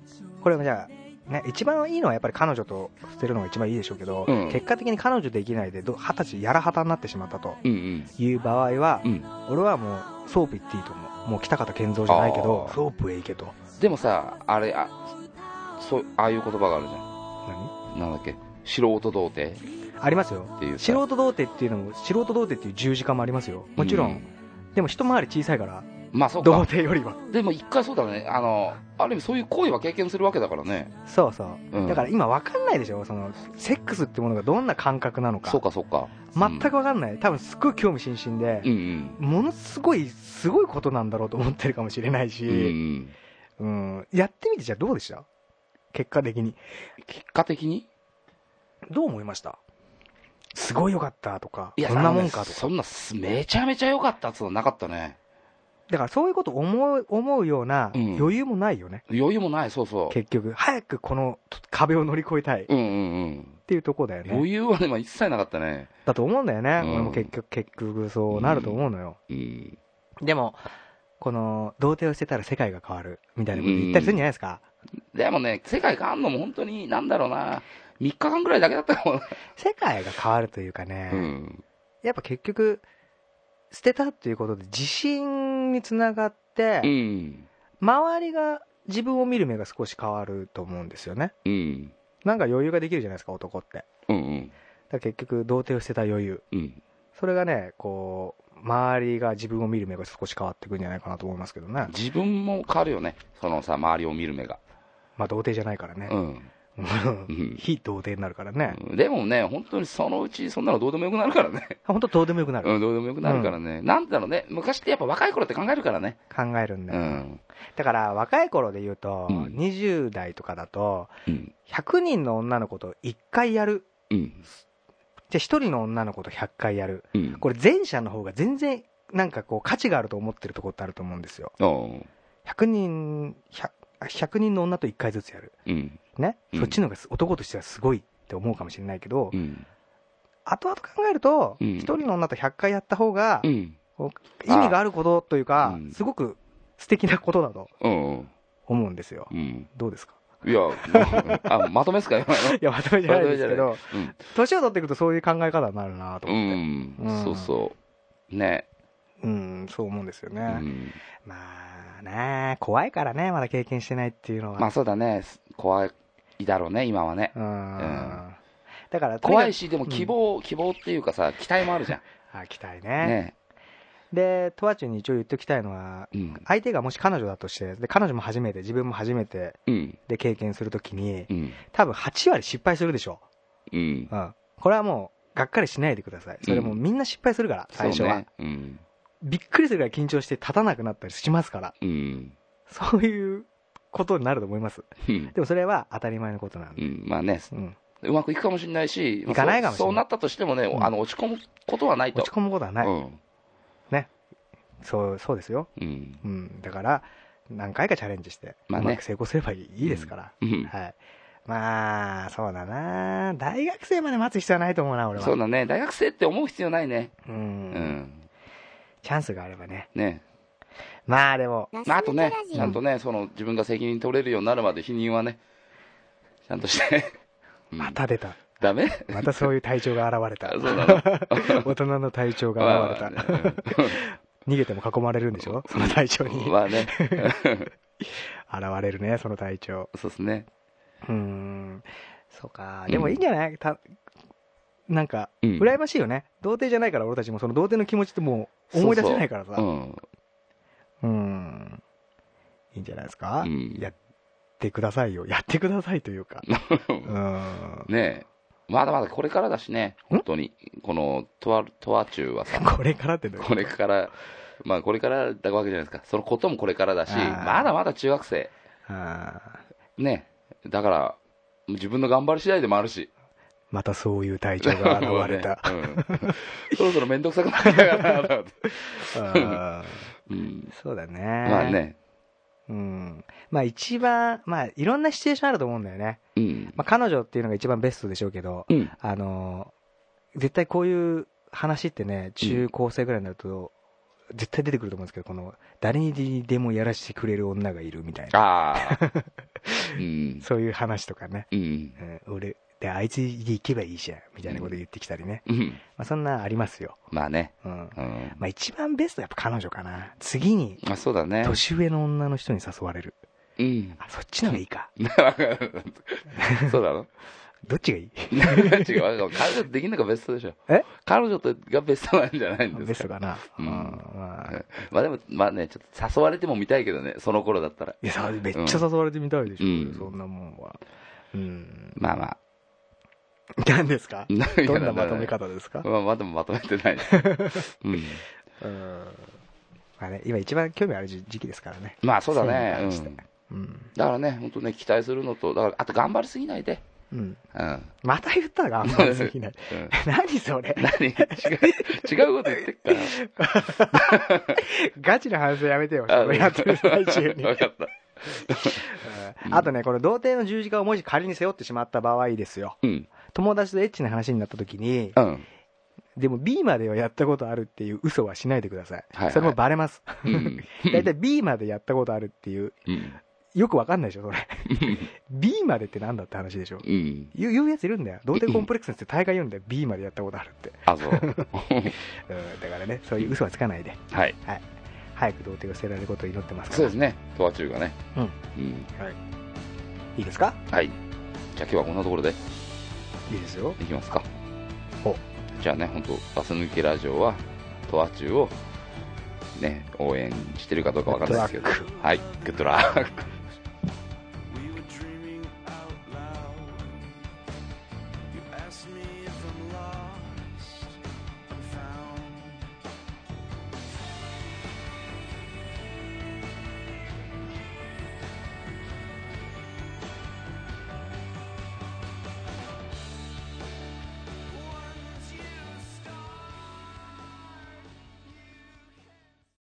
[SPEAKER 3] これもじゃあ、ね、一番いいのはやっぱり彼女と捨てるのが一番いいでしょうけど、
[SPEAKER 4] うん
[SPEAKER 3] 結果的に彼女できないでど二十歳やらはたになってしまったと
[SPEAKER 4] うんうん
[SPEAKER 3] いう場合は、
[SPEAKER 4] うん
[SPEAKER 3] 俺はもうソープ行っていいと思うもう北方健三じゃないけど
[SPEAKER 4] あー
[SPEAKER 3] ソープへ行けと
[SPEAKER 4] でもさあれあそうああいう言葉があるじゃ
[SPEAKER 3] 何
[SPEAKER 4] んなんだっけ素人童貞
[SPEAKER 3] ありますよ
[SPEAKER 4] っていうさ
[SPEAKER 3] 素人童貞っていうのも素人童貞っていう十字架もありますよもちろん、
[SPEAKER 4] うん
[SPEAKER 3] でも一回り小さいから
[SPEAKER 4] まあそう
[SPEAKER 3] 童
[SPEAKER 4] か
[SPEAKER 3] 貞よりは
[SPEAKER 4] でも一回そうだねあのある意味そういう行為は経験するわけだからね
[SPEAKER 3] そうそう、
[SPEAKER 4] うん
[SPEAKER 3] だから今分かんないでしょそのセックスってものがどんな感覚なのか
[SPEAKER 4] そうかそうか
[SPEAKER 3] 全く分かんない多分すっごい興味津々で、
[SPEAKER 4] うんうん
[SPEAKER 3] ものすごいすごいことなんだろうと思ってるかもしれな
[SPEAKER 4] う
[SPEAKER 3] い
[SPEAKER 4] んう
[SPEAKER 3] し、
[SPEAKER 4] ん
[SPEAKER 3] うんやってみてじゃあどうでした結果的に
[SPEAKER 4] 結果的に
[SPEAKER 3] どう思いましたすごいよかったとか
[SPEAKER 4] いや
[SPEAKER 3] そんなもんか
[SPEAKER 4] あの
[SPEAKER 3] と
[SPEAKER 4] ね
[SPEAKER 3] か
[SPEAKER 4] そんなすめちゃめちゃ良かったっつうのなかったね
[SPEAKER 3] だからそういうこと思う思うような
[SPEAKER 4] うん
[SPEAKER 3] 余裕もないよね、
[SPEAKER 4] 余裕もないそうそ
[SPEAKER 3] 結局早くこの壁を乗り越えたいっ
[SPEAKER 4] ううんうんうん
[SPEAKER 3] ていうところだよね
[SPEAKER 4] 余裕はね、まあ、一切なかったね
[SPEAKER 3] だと思うんだよね、
[SPEAKER 4] うん
[SPEAKER 3] 俺も結局結局そうなると思うのよ、
[SPEAKER 4] うん
[SPEAKER 3] でもこの童貞をしてたら世界が変わるみたいなこと言ったりするんじゃないですか、
[SPEAKER 4] でもね世界変わんのも本当になんだろうな3日間ぐらいだけだったかも、
[SPEAKER 3] 世界が変わるというかね、
[SPEAKER 4] うん、
[SPEAKER 3] やっぱ結局、捨てたっていうことで自信につながって、
[SPEAKER 4] うん
[SPEAKER 3] 周りが自分を見る目が少し変わると思うんですよね。
[SPEAKER 4] うん
[SPEAKER 3] なんか余裕ができるじゃないですか、男って。だか
[SPEAKER 4] うんうん
[SPEAKER 3] ら結局、童貞を捨てた余裕。
[SPEAKER 4] うん
[SPEAKER 3] それがね、こう、周りが自分を見る目が少し変わってくるんじゃないかなと思いますけどね。
[SPEAKER 4] 自分も変わるよねそのさ周りを見る目が
[SPEAKER 3] まあ、童貞じゃないから
[SPEAKER 4] う
[SPEAKER 3] ね。
[SPEAKER 4] ん、ん
[SPEAKER 3] 非童貞になるからね。
[SPEAKER 4] うんでもね本当にそのうちそんなのどうでもよくなるからね
[SPEAKER 3] 本当どうでもよくなる。
[SPEAKER 4] うんどうでもよくなるからね、なんだろうね昔ってやっぱ若い頃って考えるからね
[SPEAKER 3] 考えるんだ
[SPEAKER 4] う
[SPEAKER 3] よ。
[SPEAKER 4] ん、
[SPEAKER 3] だから、若い頃で言うと、
[SPEAKER 4] うん
[SPEAKER 3] 20代とかだと、
[SPEAKER 4] うん
[SPEAKER 3] 100人の女の子と1回やる
[SPEAKER 4] うん
[SPEAKER 3] じゃあ一人の女の子と100回やる。
[SPEAKER 4] うん
[SPEAKER 3] これ前者の方が全然なんかこう価値があると思ってるところってあると思うんですよ。
[SPEAKER 4] おう
[SPEAKER 3] 100人、100, 100人の女と1回ずつやる。
[SPEAKER 4] うん
[SPEAKER 3] ね。
[SPEAKER 4] うん
[SPEAKER 3] そっちの方が男としてはすごいって思うかもしれないけど、
[SPEAKER 4] うん
[SPEAKER 3] 後々考えると、
[SPEAKER 4] うん
[SPEAKER 3] 一人の女と100回やった方が
[SPEAKER 4] う、ん
[SPEAKER 3] こう意味があることというか
[SPEAKER 4] うん、
[SPEAKER 3] すごく素敵なことだと
[SPEAKER 4] うん
[SPEAKER 3] 思うんですよ
[SPEAKER 4] う。ん
[SPEAKER 3] どうですか
[SPEAKER 4] いやもうあまとめっすか今の
[SPEAKER 3] いや、まとめじゃないですけど、
[SPEAKER 4] うん
[SPEAKER 3] 年を取っていくとそういう考え方になるなと
[SPEAKER 4] う
[SPEAKER 3] 思って。
[SPEAKER 4] ん、
[SPEAKER 3] うん
[SPEAKER 4] そうそう。ね。
[SPEAKER 3] うん、そう思うんですよね。
[SPEAKER 4] うん、
[SPEAKER 3] まあね、怖いからね、まだ経験してないっていうのは。
[SPEAKER 4] まあそうだね。す怖いだろうね、今はね。
[SPEAKER 3] うー。
[SPEAKER 4] うん
[SPEAKER 3] だから、
[SPEAKER 4] 怖
[SPEAKER 3] とに
[SPEAKER 4] い
[SPEAKER 3] か
[SPEAKER 4] し、でも希望、希望っていうかさ、期待もあるじゃん。
[SPEAKER 3] く。あ、期待ね。
[SPEAKER 4] ね。
[SPEAKER 3] で、トワチュンに一応言っときたいのは、
[SPEAKER 4] うん。
[SPEAKER 3] 相手がもし彼女だとして、で、彼女も初めて、自分も初めて
[SPEAKER 4] うん。
[SPEAKER 3] で経験するときに
[SPEAKER 4] う、ん。
[SPEAKER 3] 多分8割失敗するでしょ
[SPEAKER 4] うん
[SPEAKER 3] う。。うん。これはもう、がっかりしないでください。それもうみんな失敗するから、最初は。
[SPEAKER 4] そうね。うん。
[SPEAKER 3] びっくりするぐらい緊張して立たなくなったりしま すから。
[SPEAKER 4] うん。
[SPEAKER 3] そういうことになると思います。
[SPEAKER 4] うん
[SPEAKER 3] でもそれは当たり前のことなん
[SPEAKER 4] う
[SPEAKER 3] で。
[SPEAKER 4] んまあね、
[SPEAKER 3] うん。
[SPEAKER 4] うまくいくかもしれないし、まあ
[SPEAKER 3] いかないかもし
[SPEAKER 4] そ
[SPEAKER 3] れない
[SPEAKER 4] うそうなったとしてもね、
[SPEAKER 3] ん
[SPEAKER 4] あの落ち込むことはないと。
[SPEAKER 3] 落ち込むことはない。
[SPEAKER 4] うん。
[SPEAKER 3] そう、そうですよ。
[SPEAKER 4] うん。
[SPEAKER 3] うん、だから、何回かチャレンジして、
[SPEAKER 4] まあね
[SPEAKER 3] うまく成功すればいいですから。
[SPEAKER 4] うん
[SPEAKER 3] はい。まあ、そうだな。大学生まで待つ必要はないと思うな、俺は。
[SPEAKER 4] そうだね大学生って思う必要ないね
[SPEAKER 3] う
[SPEAKER 4] うん、
[SPEAKER 3] ん。チャンスがあればね。
[SPEAKER 4] ね
[SPEAKER 3] まあでも、
[SPEAKER 5] ラス
[SPEAKER 4] まあ、
[SPEAKER 5] 抜
[SPEAKER 4] あと
[SPEAKER 5] けラ
[SPEAKER 4] ね
[SPEAKER 5] ジオ
[SPEAKER 4] ちゃんとねその自分が責任取れるようになるまで否認はねちゃんとして うん
[SPEAKER 3] また出た。
[SPEAKER 4] ダメ
[SPEAKER 3] またそういう体調が現れ
[SPEAKER 4] あ
[SPEAKER 3] た
[SPEAKER 4] そ。うなの
[SPEAKER 3] 大人の体調が現れた。 逃げても囲まれるんでしょその体調に。現
[SPEAKER 4] まあね
[SPEAKER 3] れるね、その体調。
[SPEAKER 4] そうですね
[SPEAKER 3] うーん。そうか
[SPEAKER 4] う。ん
[SPEAKER 3] でもいいんじゃないたなんか、
[SPEAKER 4] うん
[SPEAKER 3] 羨ましいよね。童貞じゃないから俺たちもその童貞の気持ちってもう思い出せないからさ。
[SPEAKER 4] う
[SPEAKER 3] うんーん。いいんじゃないですか
[SPEAKER 4] うん
[SPEAKER 3] やってくださいよ。やってくださいとい うか。うーん。
[SPEAKER 4] ねえまだまだこれからだしね本当にこの「とわとわ中」はさ
[SPEAKER 3] これからってどういう
[SPEAKER 4] これから、まあ、これからだわけじゃないですか、そのこともこれからだし、
[SPEAKER 3] あー
[SPEAKER 4] まだまだ中学生、
[SPEAKER 3] あー
[SPEAKER 4] ね、だから、自分の頑張り次第でもあるし、。
[SPEAKER 3] またそういう体調が現れ た
[SPEAKER 4] もうねうんそろそろ面倒くさくなってきたからなと思って、
[SPEAKER 3] あ
[SPEAKER 4] うん
[SPEAKER 3] ー そうだね。
[SPEAKER 4] まあね、
[SPEAKER 3] うん。まあ一番、まあいろんなシチュエーションあると思うんだよね。
[SPEAKER 4] うん、
[SPEAKER 3] まあ彼女っていうのが一番ベストでしょうけど、
[SPEAKER 4] うん、
[SPEAKER 3] あのー絶対こういう話ってね、中高生ぐらいになると、絶対出てくると思うんですけど、この、誰にでもやらせてくれる女がいるみたいな、
[SPEAKER 4] あ あ、うん、
[SPEAKER 3] そういう話とかね、
[SPEAKER 4] うん、
[SPEAKER 3] うん、俺、で、あいつで行けばいいじゃん、みたいなこと言ってきたりね。
[SPEAKER 4] うん、
[SPEAKER 3] まあそんなありますよ。
[SPEAKER 4] まあね、
[SPEAKER 3] うん。
[SPEAKER 4] うん、
[SPEAKER 3] まあ一番ベストはやっぱ彼女かな。次に、
[SPEAKER 4] まあそうだね、
[SPEAKER 3] 年上の女の人に誘われる。
[SPEAKER 4] うん、
[SPEAKER 3] あ、そっちの方がいいか。
[SPEAKER 4] そうだろ、
[SPEAKER 3] どっちがいい
[SPEAKER 4] 違う、彼女とできるのがベストでしょ、
[SPEAKER 3] え
[SPEAKER 4] 彼女とがベストなんじゃないんです
[SPEAKER 3] ベ
[SPEAKER 4] か
[SPEAKER 3] ストかな。
[SPEAKER 4] う
[SPEAKER 3] うんん。まあ
[SPEAKER 4] まあでも、まあね、ちょっと誘われても見たいけどね、その頃だったら。
[SPEAKER 3] いや、さめっちゃ誘われてみたいでしょ、
[SPEAKER 4] うん
[SPEAKER 3] そんなもんは。うん。
[SPEAKER 4] まあまあ。
[SPEAKER 3] 何ですか
[SPEAKER 4] 何
[SPEAKER 3] どんなまとめ方ですか
[SPEAKER 4] まあ、まだまとめて ない。うん。
[SPEAKER 3] うん。まあね、今一番興味ある時時期ですからね。
[SPEAKER 4] まあそうだね。う
[SPEAKER 3] そうです
[SPEAKER 4] ん
[SPEAKER 3] ね。うん。
[SPEAKER 4] だからね、本当ね、期待するのと、だから、あと頑張りすぎないで。
[SPEAKER 3] うん。
[SPEAKER 4] うん。
[SPEAKER 3] また言ったら頑張りす ぎない。
[SPEAKER 4] うん、
[SPEAKER 3] 何それ
[SPEAKER 4] 何違う、違うこと言ってっか
[SPEAKER 3] ガチの反省やめてよ。
[SPEAKER 4] ら。
[SPEAKER 3] それやってる最中 に。
[SPEAKER 4] わかった。
[SPEAKER 3] うんあとね、この童貞の十字架をもし仮に背負ってしまった場合ですよ。
[SPEAKER 4] うん。
[SPEAKER 3] 友達とエッチな話になった時に、
[SPEAKER 4] うん。
[SPEAKER 3] でも B まではやったことあるっていう嘘はしないでください。
[SPEAKER 4] はいはい
[SPEAKER 3] それもバ レます。
[SPEAKER 4] うん。
[SPEAKER 3] 大体 B までやったことあるっていう、
[SPEAKER 4] うん。
[SPEAKER 3] よくわかんないでしょ、それ。B までってなんだって話でし
[SPEAKER 4] う
[SPEAKER 3] ょ。
[SPEAKER 4] ん。
[SPEAKER 3] 言う言うやついるんだよ。童貞コンプレックスって大概言うんだよ。B までやったことあるって。
[SPEAKER 4] あ、そう。
[SPEAKER 3] うん、だからね、そういう嘘はつかないで、
[SPEAKER 4] はい。
[SPEAKER 3] 早く童貞が捨てられることを祈ってますから。
[SPEAKER 4] そうですね。とわ中がね。
[SPEAKER 3] うん
[SPEAKER 4] うん。
[SPEAKER 3] いいですか
[SPEAKER 4] はい。じゃあ今日はこんなところで。
[SPEAKER 3] いいですよ。
[SPEAKER 4] いきますか
[SPEAKER 3] ほ
[SPEAKER 4] じゃあね本当ガス抜けラジオはトワ中をね応援してるかどうかわからないですけど
[SPEAKER 3] グッドラ
[SPEAKER 4] はいグッドラック
[SPEAKER 2] We were dreaming out loud. You asked me